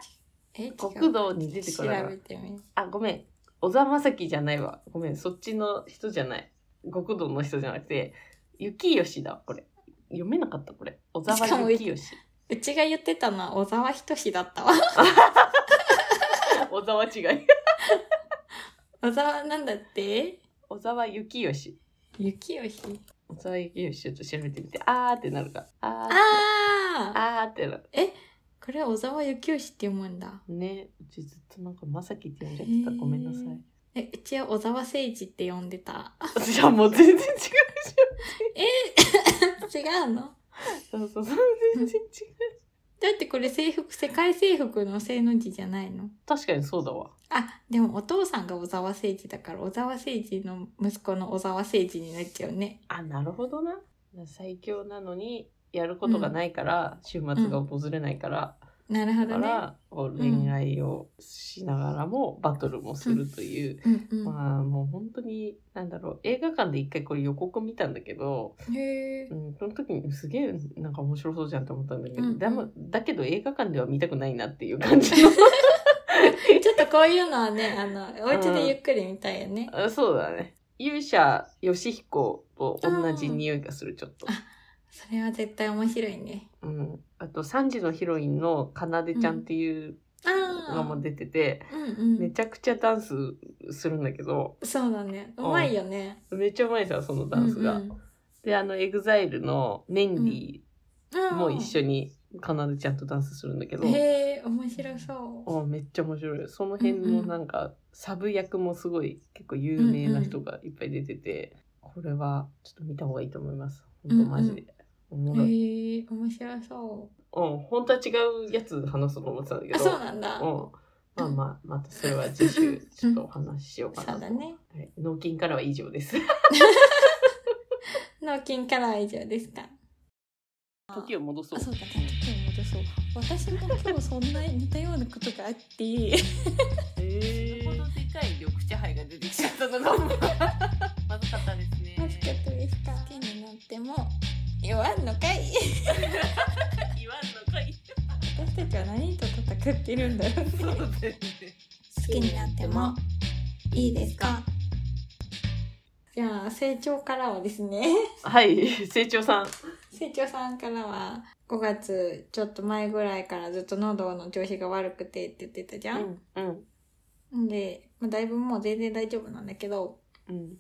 Speaker 2: え違う
Speaker 1: ー極道に出てく
Speaker 2: 調
Speaker 1: るな
Speaker 2: べてみる。
Speaker 1: あごめん小沢雅樹じゃないわごめんそっちの人じゃない極道の人じゃなくて雪吉だこれ読めなかったこれ小
Speaker 2: しかも
Speaker 1: 沢雪吉
Speaker 2: うちが言ってたのは小沢仁志だったわ。
Speaker 1: 小沢違い
Speaker 2: 小沢なんだって
Speaker 1: 小沢雪吉
Speaker 2: 雪よひ。
Speaker 1: 小沢雪吉ちょっと調べてみてあーってなるからあー
Speaker 2: ああ
Speaker 1: あーってなる
Speaker 2: これは小沢幸義って読むんだ。
Speaker 1: ねうちずっとなんか雅樹って呼んじゃってた
Speaker 2: へー
Speaker 1: ごめんなさい
Speaker 2: え、うちは小沢誠一って呼んでた。
Speaker 1: いやもう全然違うじ
Speaker 2: 違うの
Speaker 1: ゃんそうそうそう全然違う
Speaker 2: だってこれ制服、世界制服の正の字じゃないの
Speaker 1: 確かにそうだわ
Speaker 2: あ、でもお父さんが小沢誠一だから、小沢誠一の息子の小沢誠一になっちゃうね。
Speaker 1: あなるほどな最強なのにやることがないから、週末が訪れないから、
Speaker 2: なるほ
Speaker 1: か
Speaker 2: どね。
Speaker 1: ら、こう恋愛をしながらもバトルもするという、
Speaker 2: うんう
Speaker 1: まあもう本当に何だろう映画館で一回これ予告見たんだけど、
Speaker 2: ん。へえ
Speaker 1: う。ん、その時にすげえなんか面白そうじゃんと思ったんだけど、
Speaker 2: うん
Speaker 1: でもだけど映画館では見たくないなっていう感じ の
Speaker 2: ちょっとこういうのはね、あの、お家でゆっくり見たいよね。
Speaker 1: あそうだね勇者ヨシヒコと同じ匂いがするちょっと。
Speaker 2: それは絶対面白いね。
Speaker 1: うん、あと3時のヒロインのかなでちゃんっていう
Speaker 2: ああ。
Speaker 1: のも出てて、
Speaker 2: うんうん。
Speaker 1: めちゃくちゃダンスするんだけど
Speaker 2: そうだね。うまいよね。
Speaker 1: めっちゃうまいさそのダンスが。
Speaker 2: うんうん
Speaker 1: であのエグザイルのメンディーも一緒にかなでちゃんとダンスするんだけど、
Speaker 2: へえ面白そう
Speaker 1: あめっちゃ面白いその辺のなんか、サブ役もすごい結構有名な人がいっぱい出てて、これはちょっと見た方がいいと思います本当マジで、おもろい
Speaker 2: へえ面白そ
Speaker 1: うん本当は違うやつ話そうと思ってたんだ
Speaker 2: う
Speaker 1: け
Speaker 2: あ
Speaker 1: ど
Speaker 2: そうなんだ
Speaker 1: うんまあまあまたそれは次週ちょっとお話ししよう
Speaker 2: そ
Speaker 1: か
Speaker 2: う
Speaker 1: なと、
Speaker 2: だね
Speaker 1: はい、脳筋からは以上です
Speaker 2: 脳筋からは以上ですか
Speaker 1: 時を戻そう
Speaker 2: あそうだね時を戻そう私も今日そんな似たようなことがあって
Speaker 1: え
Speaker 3: ほどでかい緑茶杯が出てきちゃったのがまずかったですね
Speaker 2: マスケットですか好きになっても弱んのかい
Speaker 3: 言わんのかい
Speaker 2: 私たちは何と戦ってるんだろう
Speaker 3: そうだよね
Speaker 2: 好きになってもいいですかじゃあ成長からはですね
Speaker 1: はい成長さん
Speaker 2: 成長さんからは5月ちょっと前ぐらいからずっと喉の調子が悪くてって言ってたじゃん、
Speaker 1: うん
Speaker 2: ん、で、まあ、だいぶもう全然大丈夫なんだけど
Speaker 1: うん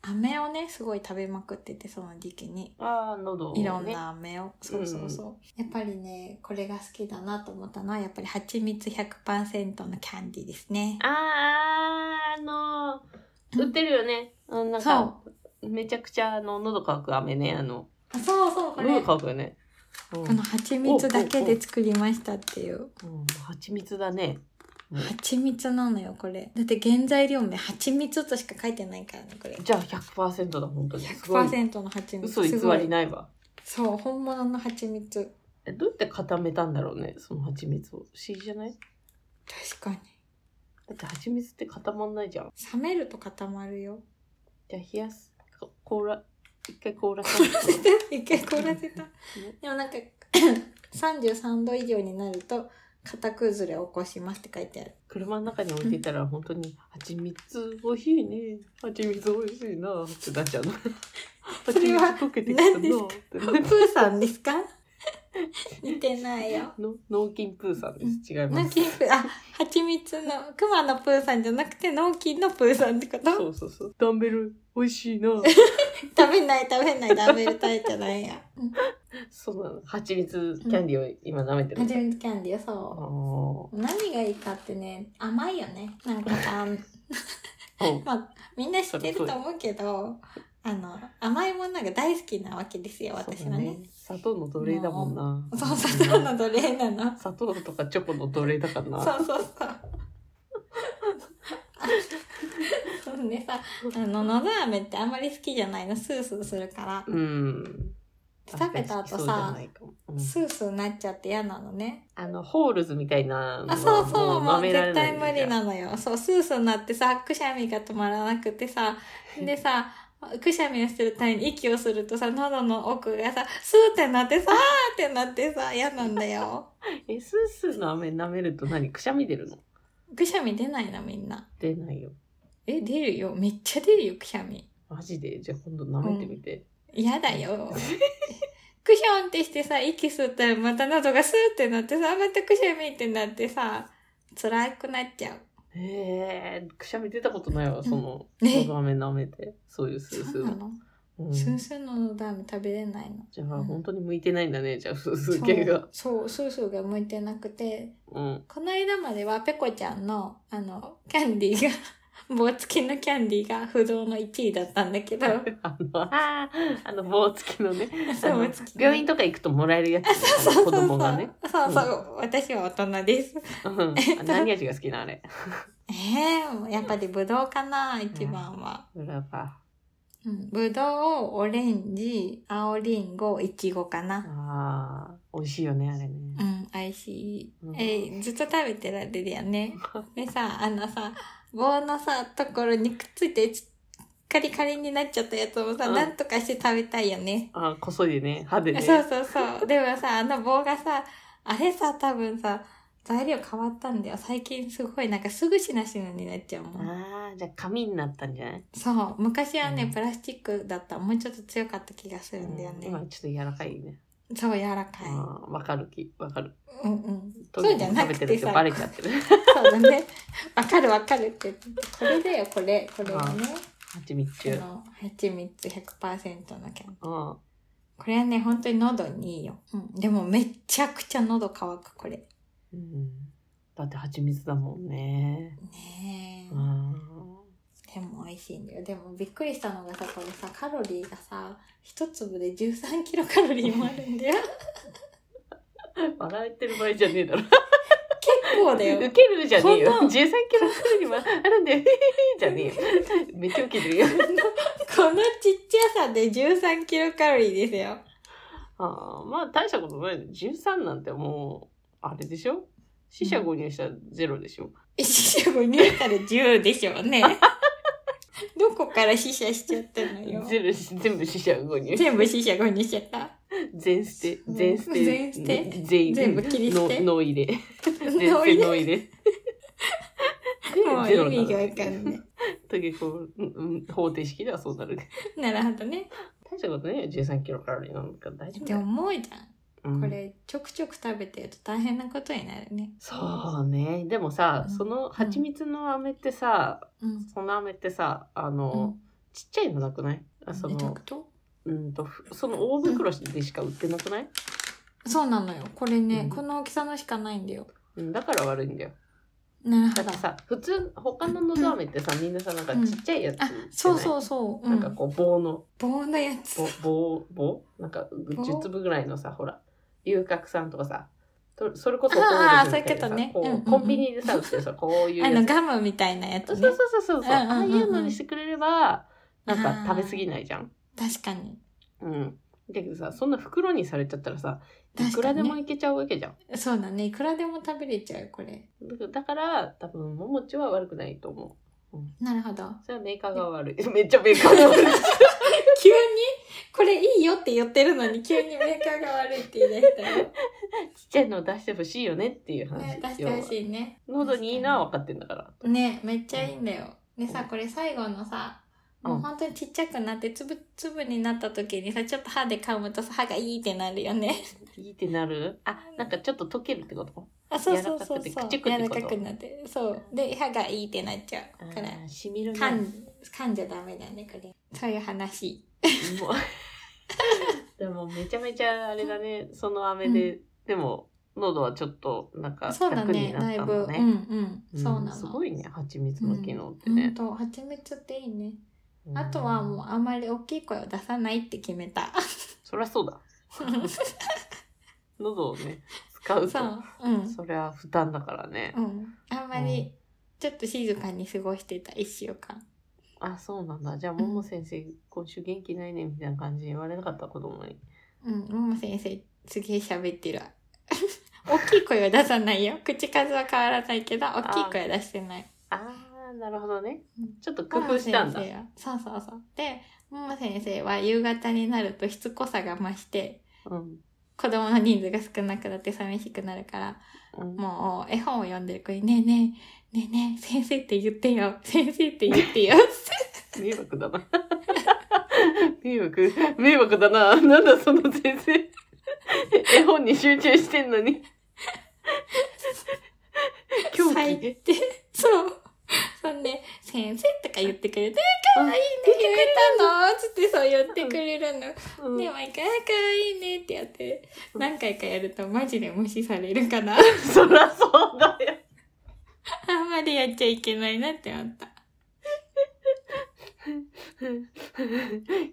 Speaker 2: 飴をねすごい食べまくっててその時期に
Speaker 1: ああ喉をね
Speaker 2: いろんな飴を。そうそうそう。やっぱりね、これが好きだなと思ったのは、やっぱり蜂蜜100%のキャンディーですね。
Speaker 1: あーあのー売ってるよね。あなんかめちゃくちゃあの喉乾く飴ねあの
Speaker 2: あそうそう、これ。
Speaker 1: 喉
Speaker 2: こ
Speaker 1: 乾くよね。うん
Speaker 2: の蜂蜜だけで作りましたっていう。
Speaker 1: うん蜂蜜だね。おお
Speaker 2: 蜂蜜なのよ、これ。だって原材料名、蜂蜜としか書いてないからね、これ。
Speaker 1: じゃあ100%だ本当に。すごい
Speaker 2: 100%の蜂蜜。
Speaker 1: 嘘偽
Speaker 2: すご
Speaker 1: り
Speaker 2: い。
Speaker 1: ないわ。
Speaker 2: そう、本物の蜂蜜。
Speaker 1: えどうやって固めたんだろうねその蜂蜜を。不思議じゃない？
Speaker 2: 確かに。
Speaker 1: だって蜂蜜って固まんないじゃん。
Speaker 2: 冷めると固まるよ。
Speaker 1: じゃあ冷やすこ凍ら一回凍らせる。
Speaker 2: 一回凍らせた。でもなんか、33度以上になると、型崩れを起こしますって書いてある。
Speaker 1: 車の中に置いてたら本当に蜂蜜美味しいね蜂蜜美味しいなってなっち ゃうの蜂蜜溶けてきたな
Speaker 2: 何ですか
Speaker 1: って
Speaker 2: プーさんですか似てないよ。
Speaker 1: の脳筋プーさんです違いま
Speaker 2: 脳
Speaker 1: す
Speaker 2: 筋プー、あ、蜂蜜の、熊のプーさんじゃなくて脳筋のプーさんってこと
Speaker 1: そうそうそうダンベル美味しいな
Speaker 2: 食べない食べないダメル食べてないや。うん
Speaker 1: そうなの蜂蜜キャンディーを今舐めてる、
Speaker 2: 蜂蜜キャンディーよ、
Speaker 1: あ
Speaker 2: そ
Speaker 1: ー
Speaker 2: う。何がいいかってね、甘いよね。なんかさ、
Speaker 1: うん
Speaker 2: まあ、みんな知ってると思うけど、あの、甘いものが大好きなわけですよ、私
Speaker 1: そう
Speaker 2: は
Speaker 1: だ
Speaker 2: ね。
Speaker 1: 砂糖の奴隷だもんな
Speaker 2: そう、砂糖の奴隷なの。
Speaker 1: 砂糖とかチョコの奴隷だからな
Speaker 2: そうそうそう。そんでさ、あの、のど飴ってあんまり好きじゃないの、スースーするから。
Speaker 1: うん
Speaker 2: 食べた後
Speaker 1: 確かにそうじゃ
Speaker 2: さ
Speaker 1: な、いかもうん
Speaker 2: スースーなっちゃって嫌なのね。
Speaker 1: あのホールズみたいなの
Speaker 2: あ、そうそう、も
Speaker 1: は
Speaker 2: う
Speaker 1: 舐めら
Speaker 2: 絶
Speaker 1: れない
Speaker 2: 対無理なのよ。そう、スースーなってさ、くしゃみが止まらなくてさ、でさ、くしゃみをしてる単位に息をするとさ、喉の奥がさ、スーってなってさ、あーってなってさ、嫌なんだよ。
Speaker 1: え、スースーの飴舐めると何くしゃみ出るの
Speaker 2: くしゃみ出ないの、みんな。
Speaker 1: 出ないよ。
Speaker 2: え、出るよ。めっちゃ出るよ、くしゃみ。
Speaker 1: マジでじゃあ今度舐めてみて。
Speaker 2: 嫌だよ。クションってしてさ、息吸ったらまた喉がスーってなってさ、またくしゃみってなってさ、辛くなっちゃう。
Speaker 1: えー、くしゃみ出たことないわ、その、
Speaker 2: ね
Speaker 1: の飴舐めて。そういうスース
Speaker 2: そう
Speaker 1: ー
Speaker 2: な
Speaker 1: の。
Speaker 2: の、
Speaker 1: うん
Speaker 2: スースーのダメ食べれないの。
Speaker 1: じゃあ本当に向いてないんだね、じゃあスースー系が。
Speaker 2: そう、そうスースーが向いてなくて、
Speaker 1: うん。
Speaker 2: この間まではペコちゃんの、あの、キャンディーが、 棒付きのキャンディーが不動の1位だったんだけど、
Speaker 1: あの、あーあの棒付きのね。あの
Speaker 2: 棒付きの
Speaker 1: 病院とか行くともらえるやつ。
Speaker 2: そう
Speaker 1: 子供がね。
Speaker 2: そうそう、私は大人です。
Speaker 1: うん。あ何味が好きなあれ。
Speaker 2: えー、やっぱりブドウかな、一番は。
Speaker 1: 裏パ。
Speaker 2: うん、ぶどう、オレンジ、青りんご、いちごかな。
Speaker 1: ああ、美味しいよね、あれね。
Speaker 2: うん、美味しい。
Speaker 1: うん
Speaker 2: えーずっと食べてられるよ ね。でさ、あのさ、棒のさ、ところにくっついて、カリカリになっちゃったやつもさ、
Speaker 1: うん
Speaker 2: なんとかして食べたいよね。
Speaker 1: あーこそいでね、歯でね。
Speaker 2: そうそうそう。でもさ、あの棒がさ、あれさ、多分さ、材料変わったんだよ。最近すごい、なんかすぐしなしなになっちゃうもん。
Speaker 1: ああ、じゃあ紙になったんじゃない
Speaker 2: そう。昔はね、
Speaker 1: うん
Speaker 2: プラスチックだった。もうちょっと強かった気がするんだよね。
Speaker 1: 今ちょっと柔らかいね。
Speaker 2: そう、柔らかい。
Speaker 1: あーわかるき、わかる。
Speaker 2: うんうん。そうじゃなく
Speaker 1: 食べ
Speaker 2: て
Speaker 1: る
Speaker 2: さ
Speaker 1: と、バレちゃってる。
Speaker 2: そうだね。わかるわかるって言って。これだよ、これ。これはね。
Speaker 1: 蜂蜜中。
Speaker 2: あの、蜂蜜100%のキャン。
Speaker 1: うん。
Speaker 2: これはね、本当に喉にいいよ。うん。でもめちゃくちゃ喉乾く、これ。
Speaker 1: うん、だって蜂蜜だもんね。
Speaker 2: ね
Speaker 1: う
Speaker 2: え。
Speaker 1: ん
Speaker 2: でも美味しいんだよ。でもびっくりしたのがさ、これさ、カロリーがさ、一粒で13キロカロリーもあるんだよ。
Speaker 1: 笑ってる場合じゃねえだろ。
Speaker 2: 結構だ
Speaker 1: ウ
Speaker 2: よ。
Speaker 1: ケるじゃねえよ。
Speaker 2: こん
Speaker 1: 13
Speaker 2: な
Speaker 1: キロくらいにはあるんだよ。へへへ じゃねえよ。めっちゃウケてるよ。
Speaker 2: このちっちゃさで13キロカロリーですよ。
Speaker 1: あーまあ大したことない。13なんてもう、あれでしょ死者購入したらゼロでしょ、
Speaker 2: 死者5入ったら10でしょう ね。どこから死者しちゃったのよ。
Speaker 1: ゼロし全部死者購入。
Speaker 2: 全部死者5にしちゃった。
Speaker 1: 全捨て。
Speaker 2: うん
Speaker 1: 全捨て。
Speaker 2: 全捨て
Speaker 1: うん全員
Speaker 2: 全部切り捨て
Speaker 1: のの入れ。全
Speaker 2: も
Speaker 1: 捨
Speaker 2: う
Speaker 1: て
Speaker 2: 意
Speaker 1: の入れ。ゼロなの
Speaker 2: 味がわかんない。
Speaker 1: と結構、うんうん、方程式ではそうなる。
Speaker 2: なるほどね。
Speaker 1: 大したことないよ。13キロカロリーなんか大丈夫
Speaker 2: って
Speaker 1: だよ。
Speaker 2: 思うじゃ
Speaker 1: うん
Speaker 2: ん。これちょくちょく食べてると大変なことになるね。
Speaker 1: そうね。でもさ、
Speaker 2: うん
Speaker 1: その蜂蜜の飴ってさ、
Speaker 2: うん。
Speaker 1: その飴ってさ、あの、ちっちゃいのなくないあそ
Speaker 2: えどういう
Speaker 1: の
Speaker 2: こ、と
Speaker 1: うんと、ふその大袋でしか売ってなくない、
Speaker 2: そうなのよ。これね、
Speaker 1: うん
Speaker 2: この大きさのしかないんだよ。
Speaker 1: うん、だから悪いんだよ。
Speaker 2: な
Speaker 1: だ
Speaker 2: る
Speaker 1: って
Speaker 2: ほど。
Speaker 1: さ、普通、他ののど飴ってさ、みんなさ、なんかちっちゃいやつじゃ
Speaker 2: あ
Speaker 1: ない、、
Speaker 2: そうそうそう。う
Speaker 1: なん
Speaker 2: ん。
Speaker 1: かこう、棒の、
Speaker 2: 棒のやつ。
Speaker 1: ぼ棒、棒なんか、
Speaker 2: 棒
Speaker 1: 10粒ぐらいのさ、ほら、遊郭さんとかさ、とそれこそ
Speaker 2: あーあ
Speaker 1: ホ
Speaker 2: ー
Speaker 1: ールデムみたな
Speaker 2: そういうことね
Speaker 1: こう
Speaker 2: うんうんうん
Speaker 1: コンビニでさ、売ってる さ、こういう
Speaker 2: あ
Speaker 1: や
Speaker 2: の、
Speaker 1: つ。
Speaker 2: ガムみたいなや
Speaker 1: そう
Speaker 2: つ
Speaker 1: そ
Speaker 2: ね
Speaker 1: う。そうそうそう。
Speaker 2: うんうんうんうん
Speaker 1: ああいうのにしてくれれば、なんか食べ過ぎないじゃん。
Speaker 2: 確かに。
Speaker 1: うん。だけどさ、そんな袋にされちゃったらさ、いく
Speaker 2: 確
Speaker 1: ら
Speaker 2: か
Speaker 1: で
Speaker 2: に
Speaker 1: も
Speaker 2: ね。
Speaker 1: いけちゃうわけじゃん。
Speaker 2: そうだね。いくらでも食べれちゃう、これ。
Speaker 1: だだから、多分、ももちは悪くないと思う。
Speaker 2: なるほど。
Speaker 1: それはメーカーが悪い。 めっちゃメーカーが 悪い。
Speaker 2: 急にこれいいよって言ってるのに急にメーカーが悪いって言い出したよ。
Speaker 1: ちっちゃいのを出してほしいよねって いう話
Speaker 2: ね、。出してほし
Speaker 1: い。
Speaker 2: いね。
Speaker 1: 喉にいいのは分かってんだから。
Speaker 2: ね、めっちゃいいんだよ。でさ、これ最後のさ、も
Speaker 1: う
Speaker 2: うん本当にちっちゃくなって、つぶつぶになった時にさ、ちょっと歯で噛むとさ、歯がいいってなるよ ね。
Speaker 1: いいってなるあ、なんかちょっと溶けるってこと
Speaker 2: あ、そうそうそう
Speaker 1: 柔
Speaker 2: そ
Speaker 1: らかく。
Speaker 2: う
Speaker 1: て
Speaker 2: 柔
Speaker 1: くちゅく
Speaker 2: ら
Speaker 1: ってこと
Speaker 2: かくなって。そう。で、歯がいいってなっちゃうから。
Speaker 1: あー染みるね。
Speaker 2: 噛 ん、噛んじゃダメだね、これ。そういう話。
Speaker 1: もうでもめちゃめちゃあれだね、その飴で、でも、喉はちょっと、なんか、
Speaker 2: そうだ
Speaker 1: 楽に
Speaker 2: ね、
Speaker 1: なっ
Speaker 2: だい
Speaker 1: た
Speaker 2: ぶ。
Speaker 1: の
Speaker 2: うん
Speaker 1: ね。
Speaker 2: うん。そうな
Speaker 1: す
Speaker 2: の。
Speaker 1: ごいね、蜂蜜の機能って
Speaker 2: ほん
Speaker 1: ね。
Speaker 2: と、蜂蜜っていいね。
Speaker 1: うん
Speaker 2: あとはもうあんまり大きい声を出さないって決めた。
Speaker 1: そりゃそうだ。喉をね、使う
Speaker 2: そ
Speaker 1: と、
Speaker 2: う。うん。
Speaker 1: そりゃ負担だからね
Speaker 2: う。ん。あんまり、ちょっと静かに過ごしてた、一週間。
Speaker 1: あ、そうなんだ。じゃあ、もも先生、今週元気ないね、みたいな感じに言われなかった子供に。
Speaker 2: うん。もも先生、すげえ喋っ てる。大きい声は出さないよ。口数は変わらないけど、大きい声は出してない。
Speaker 1: あー、なるほどね
Speaker 2: うん。
Speaker 1: ちょっと工夫したんだ
Speaker 2: もも。先生はそうそうそう。で、もも先生は夕方になるとしつこさが増して、
Speaker 1: うん。
Speaker 2: 子供の人数が少なくなって寂しくなるから、
Speaker 1: うん
Speaker 2: もう絵本を読んでる子に、ねえねえ、ねえねえ、先生って言ってよ、 先生って言ってよ。
Speaker 1: 迷惑だな。 迷惑、迷惑だな。なんだ、その先生。絵本に集中してんのに。狂
Speaker 2: 最
Speaker 1: 気。
Speaker 2: 低。そう。そんで、先生とか言ってくれて、
Speaker 1: う
Speaker 2: 可
Speaker 1: ん
Speaker 2: 愛いね、言えたのつってそう言ってくれるの。
Speaker 1: うん
Speaker 2: で、毎回、あ可愛いねってやって、
Speaker 1: うん
Speaker 2: 何回かやるとマジで無視されるから、
Speaker 1: そらそうだよ。
Speaker 2: あんまりやっちゃいけないなって思った。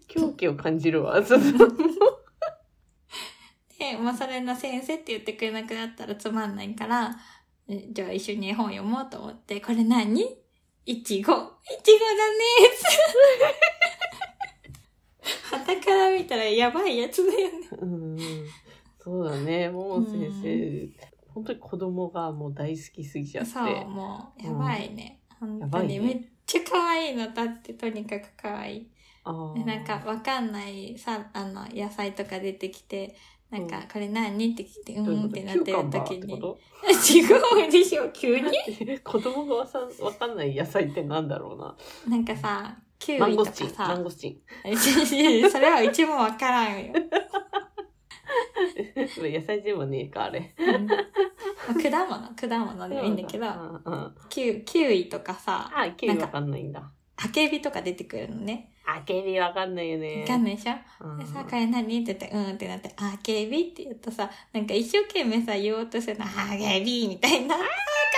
Speaker 1: 狂気を感じるわ。そうそう
Speaker 2: で、もうそれの先生って言ってくれなくなったらつまんないから、えじゃあ一緒に絵本読もうと思って、これ何いちご。いちごだねはたから見たらやばいやつだよね。
Speaker 1: うんそうだね、もも先生。本当に子供がもう大好きすぎちゃって。
Speaker 2: そう、もう、やばいね。
Speaker 1: や
Speaker 2: 本当
Speaker 1: ばい
Speaker 2: に、
Speaker 1: ね
Speaker 2: めっちゃ可愛いのだって、とにかく可愛い。
Speaker 1: あー
Speaker 2: でなんか、わかんないさ、あの、野菜とか出てきて、なんか、これ何って聞いて、う
Speaker 1: どういうこ
Speaker 2: んうんっ
Speaker 1: と
Speaker 2: てなってる時
Speaker 1: キューカンバーってこ
Speaker 2: に。
Speaker 1: と
Speaker 2: 違うでしょ、急に。
Speaker 1: 子供がわさわかんない野菜ってなんだろうな。
Speaker 2: なんかさ、キュ
Speaker 1: マ
Speaker 2: ウ
Speaker 1: ン
Speaker 2: リ
Speaker 1: ゴ
Speaker 2: と
Speaker 1: ス
Speaker 2: か
Speaker 1: チン、
Speaker 2: さ
Speaker 1: マン、ゴスチン。
Speaker 2: それはうちもわからんよ。
Speaker 1: 野菜でもねえか、あれ。
Speaker 2: うんまあ果物、果物でもいいんだけど
Speaker 1: う、んうん、
Speaker 2: キウキウイとかさ、
Speaker 1: あ、キウイわかんないんだ。
Speaker 2: ハケビとか出てくるのね。
Speaker 1: ああー、警備わかんないよね。
Speaker 2: わかんないでしょ
Speaker 1: うん
Speaker 2: でさ、これ何って言って、うんってなって、あー、警備って言うとさ、なんか一生懸命さ、言おうとするの、あー、警備みたいな、あー、かわい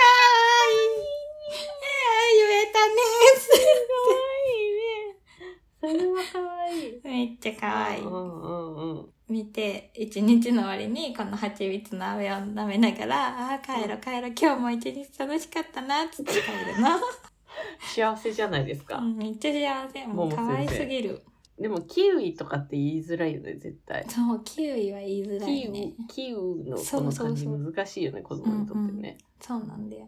Speaker 2: い。え
Speaker 1: それは可愛い。
Speaker 2: ー、言えたねー。 めっちゃかわいい。
Speaker 1: うんうんうん。
Speaker 2: 見て、一日の終わりに、この蜂蜜の飴を舐めながら、あー、帰ろう帰ろう、今日も一日楽しかったな、つって帰るな。
Speaker 1: 幸せじゃないですか。
Speaker 2: うんめっちゃ幸せ。もう
Speaker 1: 桃先
Speaker 2: か
Speaker 1: 生
Speaker 2: わいすぎる。
Speaker 1: でも、キウイとかって言いづらいよね、絶対。
Speaker 2: そう、キウイは言いづら
Speaker 1: キ
Speaker 2: い
Speaker 1: ウ
Speaker 2: ね
Speaker 1: イ。、キウイの
Speaker 2: そ
Speaker 1: この
Speaker 2: うそ
Speaker 1: 感
Speaker 2: う
Speaker 1: じ
Speaker 2: そう
Speaker 1: 難しいよね、子供にとってね。
Speaker 2: そうなんだよ。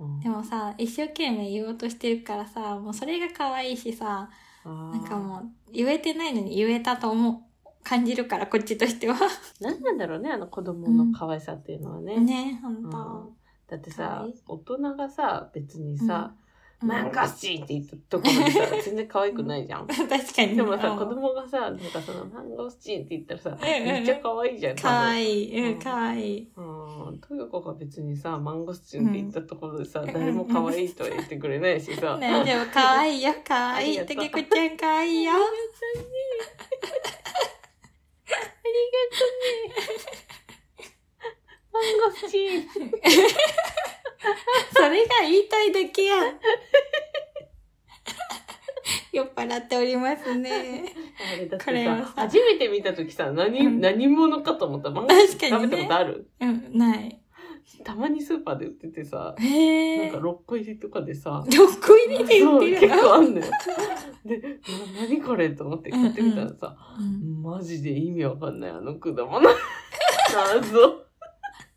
Speaker 1: うん
Speaker 2: でもさ、一生懸命言おうとしてるからさ、もうそれが可愛いしさ、
Speaker 1: あー
Speaker 2: なんかもう言えてないのに言えたと思う、感じるから、こっちとしては。
Speaker 1: 何なんだろうね、あの子供の可愛さっていうのはね。
Speaker 2: ね、ほ
Speaker 1: うんん
Speaker 2: と。
Speaker 1: だって
Speaker 2: 可
Speaker 1: さ
Speaker 2: 愛い、
Speaker 1: 大人がさ、別にさ、
Speaker 2: う
Speaker 1: マンゴスチンって言ったところ でさ、全然可愛くないじゃん。
Speaker 2: 確かに。
Speaker 1: でもさ、
Speaker 2: うん
Speaker 1: 子供がさ、なんかそのマンゴスチンって言ったらさ、
Speaker 2: んうん
Speaker 1: めっちゃ可愛いじゃん。
Speaker 2: かわ
Speaker 1: い。
Speaker 2: いい。
Speaker 1: う
Speaker 2: うんん、かわいい。
Speaker 1: うん、トヨコが別にさ、マンゴスチンって言ったところでさ、
Speaker 2: ん
Speaker 1: 誰も可愛いとは言ってくれないしさ。
Speaker 2: ね、でも可愛いよ、可愛
Speaker 1: あり
Speaker 2: い。て
Speaker 1: がとう
Speaker 2: けこちゃん可愛いよ。
Speaker 1: マンゴスチン
Speaker 2: それが言いたいだけや。 酔っ払っておりますね。
Speaker 1: あれだっ
Speaker 2: こ
Speaker 1: て
Speaker 2: れは
Speaker 1: さ
Speaker 2: さ、
Speaker 1: 初めて見た時さ、何、
Speaker 2: うん
Speaker 1: 何者かと思った。マンゴスチ
Speaker 2: 確
Speaker 1: ン
Speaker 2: か
Speaker 1: 食べたこ
Speaker 2: にね
Speaker 1: と。ある
Speaker 2: うん、ない。
Speaker 1: たまにスーパーで売っててさ、な
Speaker 2: へ
Speaker 1: ん
Speaker 2: え。
Speaker 1: か6個入りとかでさ、
Speaker 2: 6個入りで
Speaker 1: そう
Speaker 2: 売って
Speaker 1: 結
Speaker 2: るの
Speaker 1: 構あんのよ。で、うわ何これと思って買ってみたらさ、
Speaker 2: うん
Speaker 1: マジで意味わかんない、あの果物。 謎。ど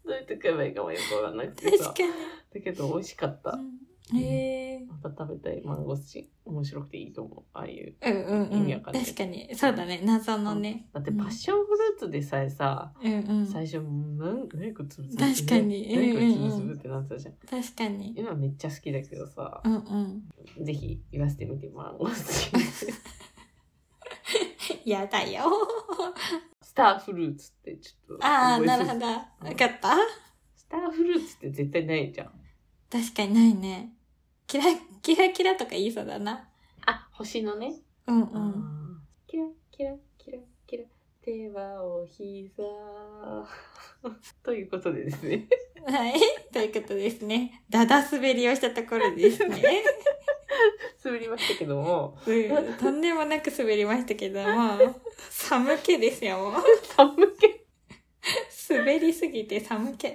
Speaker 1: うやって買えばいいかもよくわかんなくて
Speaker 2: 確
Speaker 1: さ。
Speaker 2: かに
Speaker 1: だけど美味しかった。
Speaker 2: うん。へえ。
Speaker 1: また食べたいマンゴスチン。面白くていいと思う。ああいう。
Speaker 2: うんうん
Speaker 1: 意味
Speaker 2: う
Speaker 1: わ
Speaker 2: ん。
Speaker 1: かんない
Speaker 2: 確かに。そうだね。謎のね。
Speaker 1: だってパッションフルーツでさえさ、
Speaker 2: うんうん。
Speaker 1: 最初、なん何これつぶつぶ
Speaker 2: 確かに
Speaker 1: 何これつ
Speaker 2: うん
Speaker 1: ぶ
Speaker 2: うんうん
Speaker 1: つぶってなってたじゃん。
Speaker 2: 確かに。
Speaker 1: 今めっちゃ好きだけどさ、
Speaker 2: うんうん。
Speaker 1: ぜひ言わせてみてマンゴ スチン。
Speaker 2: やだよ。
Speaker 1: スターフルーツってちょっと
Speaker 2: ああ、
Speaker 1: 覚え
Speaker 2: な
Speaker 1: させ
Speaker 2: る
Speaker 1: て
Speaker 2: ほど。わかった
Speaker 1: スターフルーツって絶対ないじゃん。
Speaker 2: 確かにないね。キラ、キラキラとか言いそうだな。
Speaker 1: あ、星のね。
Speaker 2: うん
Speaker 1: う
Speaker 2: う。。
Speaker 1: んキラキラキラキラ。手はお 膝。ということでですね。
Speaker 2: はい。 ということですね。だだ滑りをしたところです ね。
Speaker 1: 滑りましたけども、
Speaker 2: うん。とんでもなく滑りましたけども、 寒気ですよ、もう。
Speaker 1: 寒気
Speaker 2: 滑りすぎて寒気。
Speaker 1: が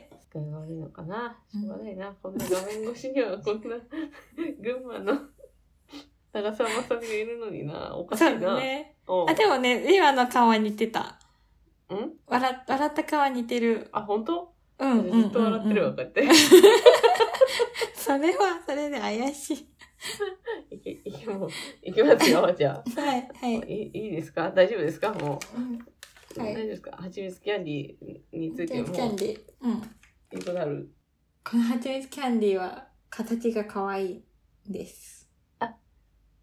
Speaker 1: 悪いのかな。しょうがないな。こんな画面越しにはこんな 群馬の 長澤まさみがいるのにな。おかしい
Speaker 2: そ
Speaker 1: な。
Speaker 2: うだね。
Speaker 1: うん
Speaker 2: あ、でもね、今の顔は似てた。
Speaker 1: ん
Speaker 2: 笑っ笑った顔は似てる。
Speaker 1: あ、本当？
Speaker 2: うんうんうん、うん。
Speaker 1: ずっと笑ってるわ、こうやって。
Speaker 2: それは、それで怪しい。
Speaker 1: いけ、いけ、もう、いきますよ、じゃあ。
Speaker 2: はい、はい。
Speaker 1: いいいですか大丈夫ですかも
Speaker 2: うん
Speaker 1: う、
Speaker 2: はい
Speaker 1: 大丈夫ですかはちみつキャンディーについ
Speaker 2: じ
Speaker 1: て
Speaker 2: ゃあ
Speaker 1: も
Speaker 2: キャンディー。うん。
Speaker 1: 英語なる
Speaker 2: この蜂蜜キャンディーは、形が可愛いです。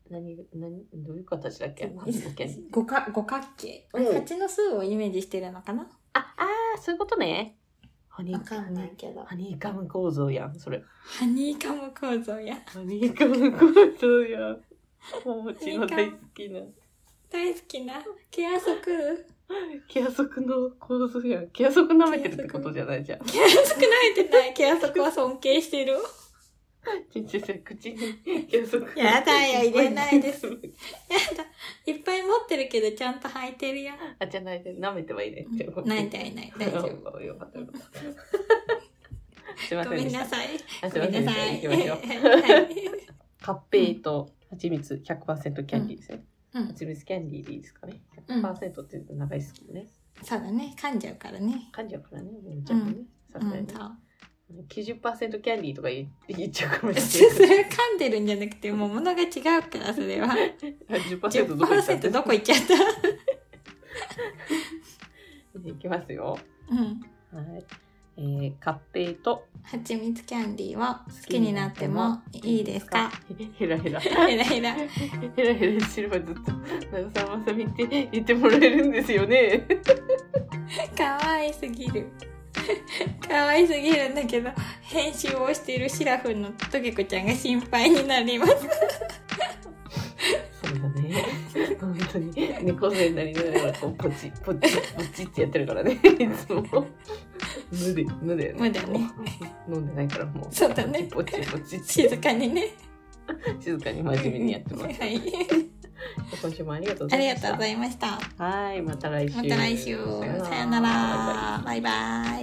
Speaker 1: 何何どういう形だっけはちみつキャンディー
Speaker 2: 五角五角形。
Speaker 1: うん
Speaker 2: 蜂の巣をイメージしてるのかな
Speaker 1: ああーそういうことねハニ
Speaker 2: わ
Speaker 1: ー
Speaker 2: かんないけど。
Speaker 1: ハニーカム構造やんそれ
Speaker 2: ハニーカム構造や。
Speaker 1: ハニーカム構造やんお餅の大好きな
Speaker 2: 大好きな。ケアソク。
Speaker 1: ケアソクの構造やんケアソク舐めてるってことじゃないじゃん
Speaker 2: ケアソク慣れ てない。ケアソクは尊敬してる。
Speaker 1: ちっちゃい口にケアソク
Speaker 2: やだよ入れないです
Speaker 1: いっぱ
Speaker 2: やだ。いっぱい持ってるけど、ちゃんと履いてるよ。
Speaker 1: あじゃないで舐めてはいないってこと
Speaker 2: ないないない。大丈夫。
Speaker 1: 夫。よかったよかった。すいま
Speaker 2: ご
Speaker 1: せん
Speaker 2: め
Speaker 1: で
Speaker 2: ん
Speaker 1: し
Speaker 2: な
Speaker 1: た。
Speaker 2: さい。
Speaker 1: あす
Speaker 2: ご
Speaker 1: いま
Speaker 2: め
Speaker 1: せん
Speaker 2: ん
Speaker 1: で
Speaker 2: な
Speaker 1: し
Speaker 2: さ
Speaker 1: た。行
Speaker 2: い。
Speaker 1: きましょう。
Speaker 2: はい
Speaker 1: カッペイと蜂蜜100%キャンディーですね。
Speaker 2: うん、
Speaker 1: 蜂蜜キャンディーでいいですかね。
Speaker 2: うん
Speaker 1: 100%って言うと長いですけどね。
Speaker 2: そうだね。噛んじゃうからね。
Speaker 1: 噛んじゃうからね、もうちゃんとね。さ
Speaker 2: う
Speaker 1: すが
Speaker 2: ん、
Speaker 1: に
Speaker 2: そ
Speaker 1: ね
Speaker 2: う。。
Speaker 1: 90%キャンディーとか言って言っちゃうかもしれ
Speaker 2: そ
Speaker 1: ない。
Speaker 2: れ噛んでるんじゃなくて、もう物が違うから、それは。
Speaker 1: 10%どこ行っちゃっ
Speaker 2: 10%
Speaker 1: て。
Speaker 2: どこ行っちゃった
Speaker 1: いきますよ。
Speaker 2: うん。
Speaker 1: はい。えー、カッペイと
Speaker 2: 蜂蜜キャンディーを好きになってもいいですか
Speaker 1: ヘラヘラ。
Speaker 2: ヘラヘ ラ。
Speaker 1: ヘラヘラしてればずっと長澤まさみって言ってもらえるんですよね。
Speaker 2: かわいすぎる。 かわいすぎるんだけど、編集をしているシラフの トゲコちゃんが心配になります。
Speaker 1: そうだね。本当に猫背になりながらこうポチポチポチってやってるからねいつも無理無理
Speaker 2: 無だね
Speaker 1: 飲んでないからもう
Speaker 2: そうだね
Speaker 1: ポチポチポチって
Speaker 2: 静かにね
Speaker 1: 静かに真面目にやってます
Speaker 2: はい、
Speaker 1: 今週もありがとうご
Speaker 2: あ
Speaker 1: ざい
Speaker 2: り
Speaker 1: まし
Speaker 2: がとう
Speaker 1: た
Speaker 2: ございました
Speaker 1: はいまた来週
Speaker 2: また来週さよな
Speaker 1: バイバイ
Speaker 2: らバイバイ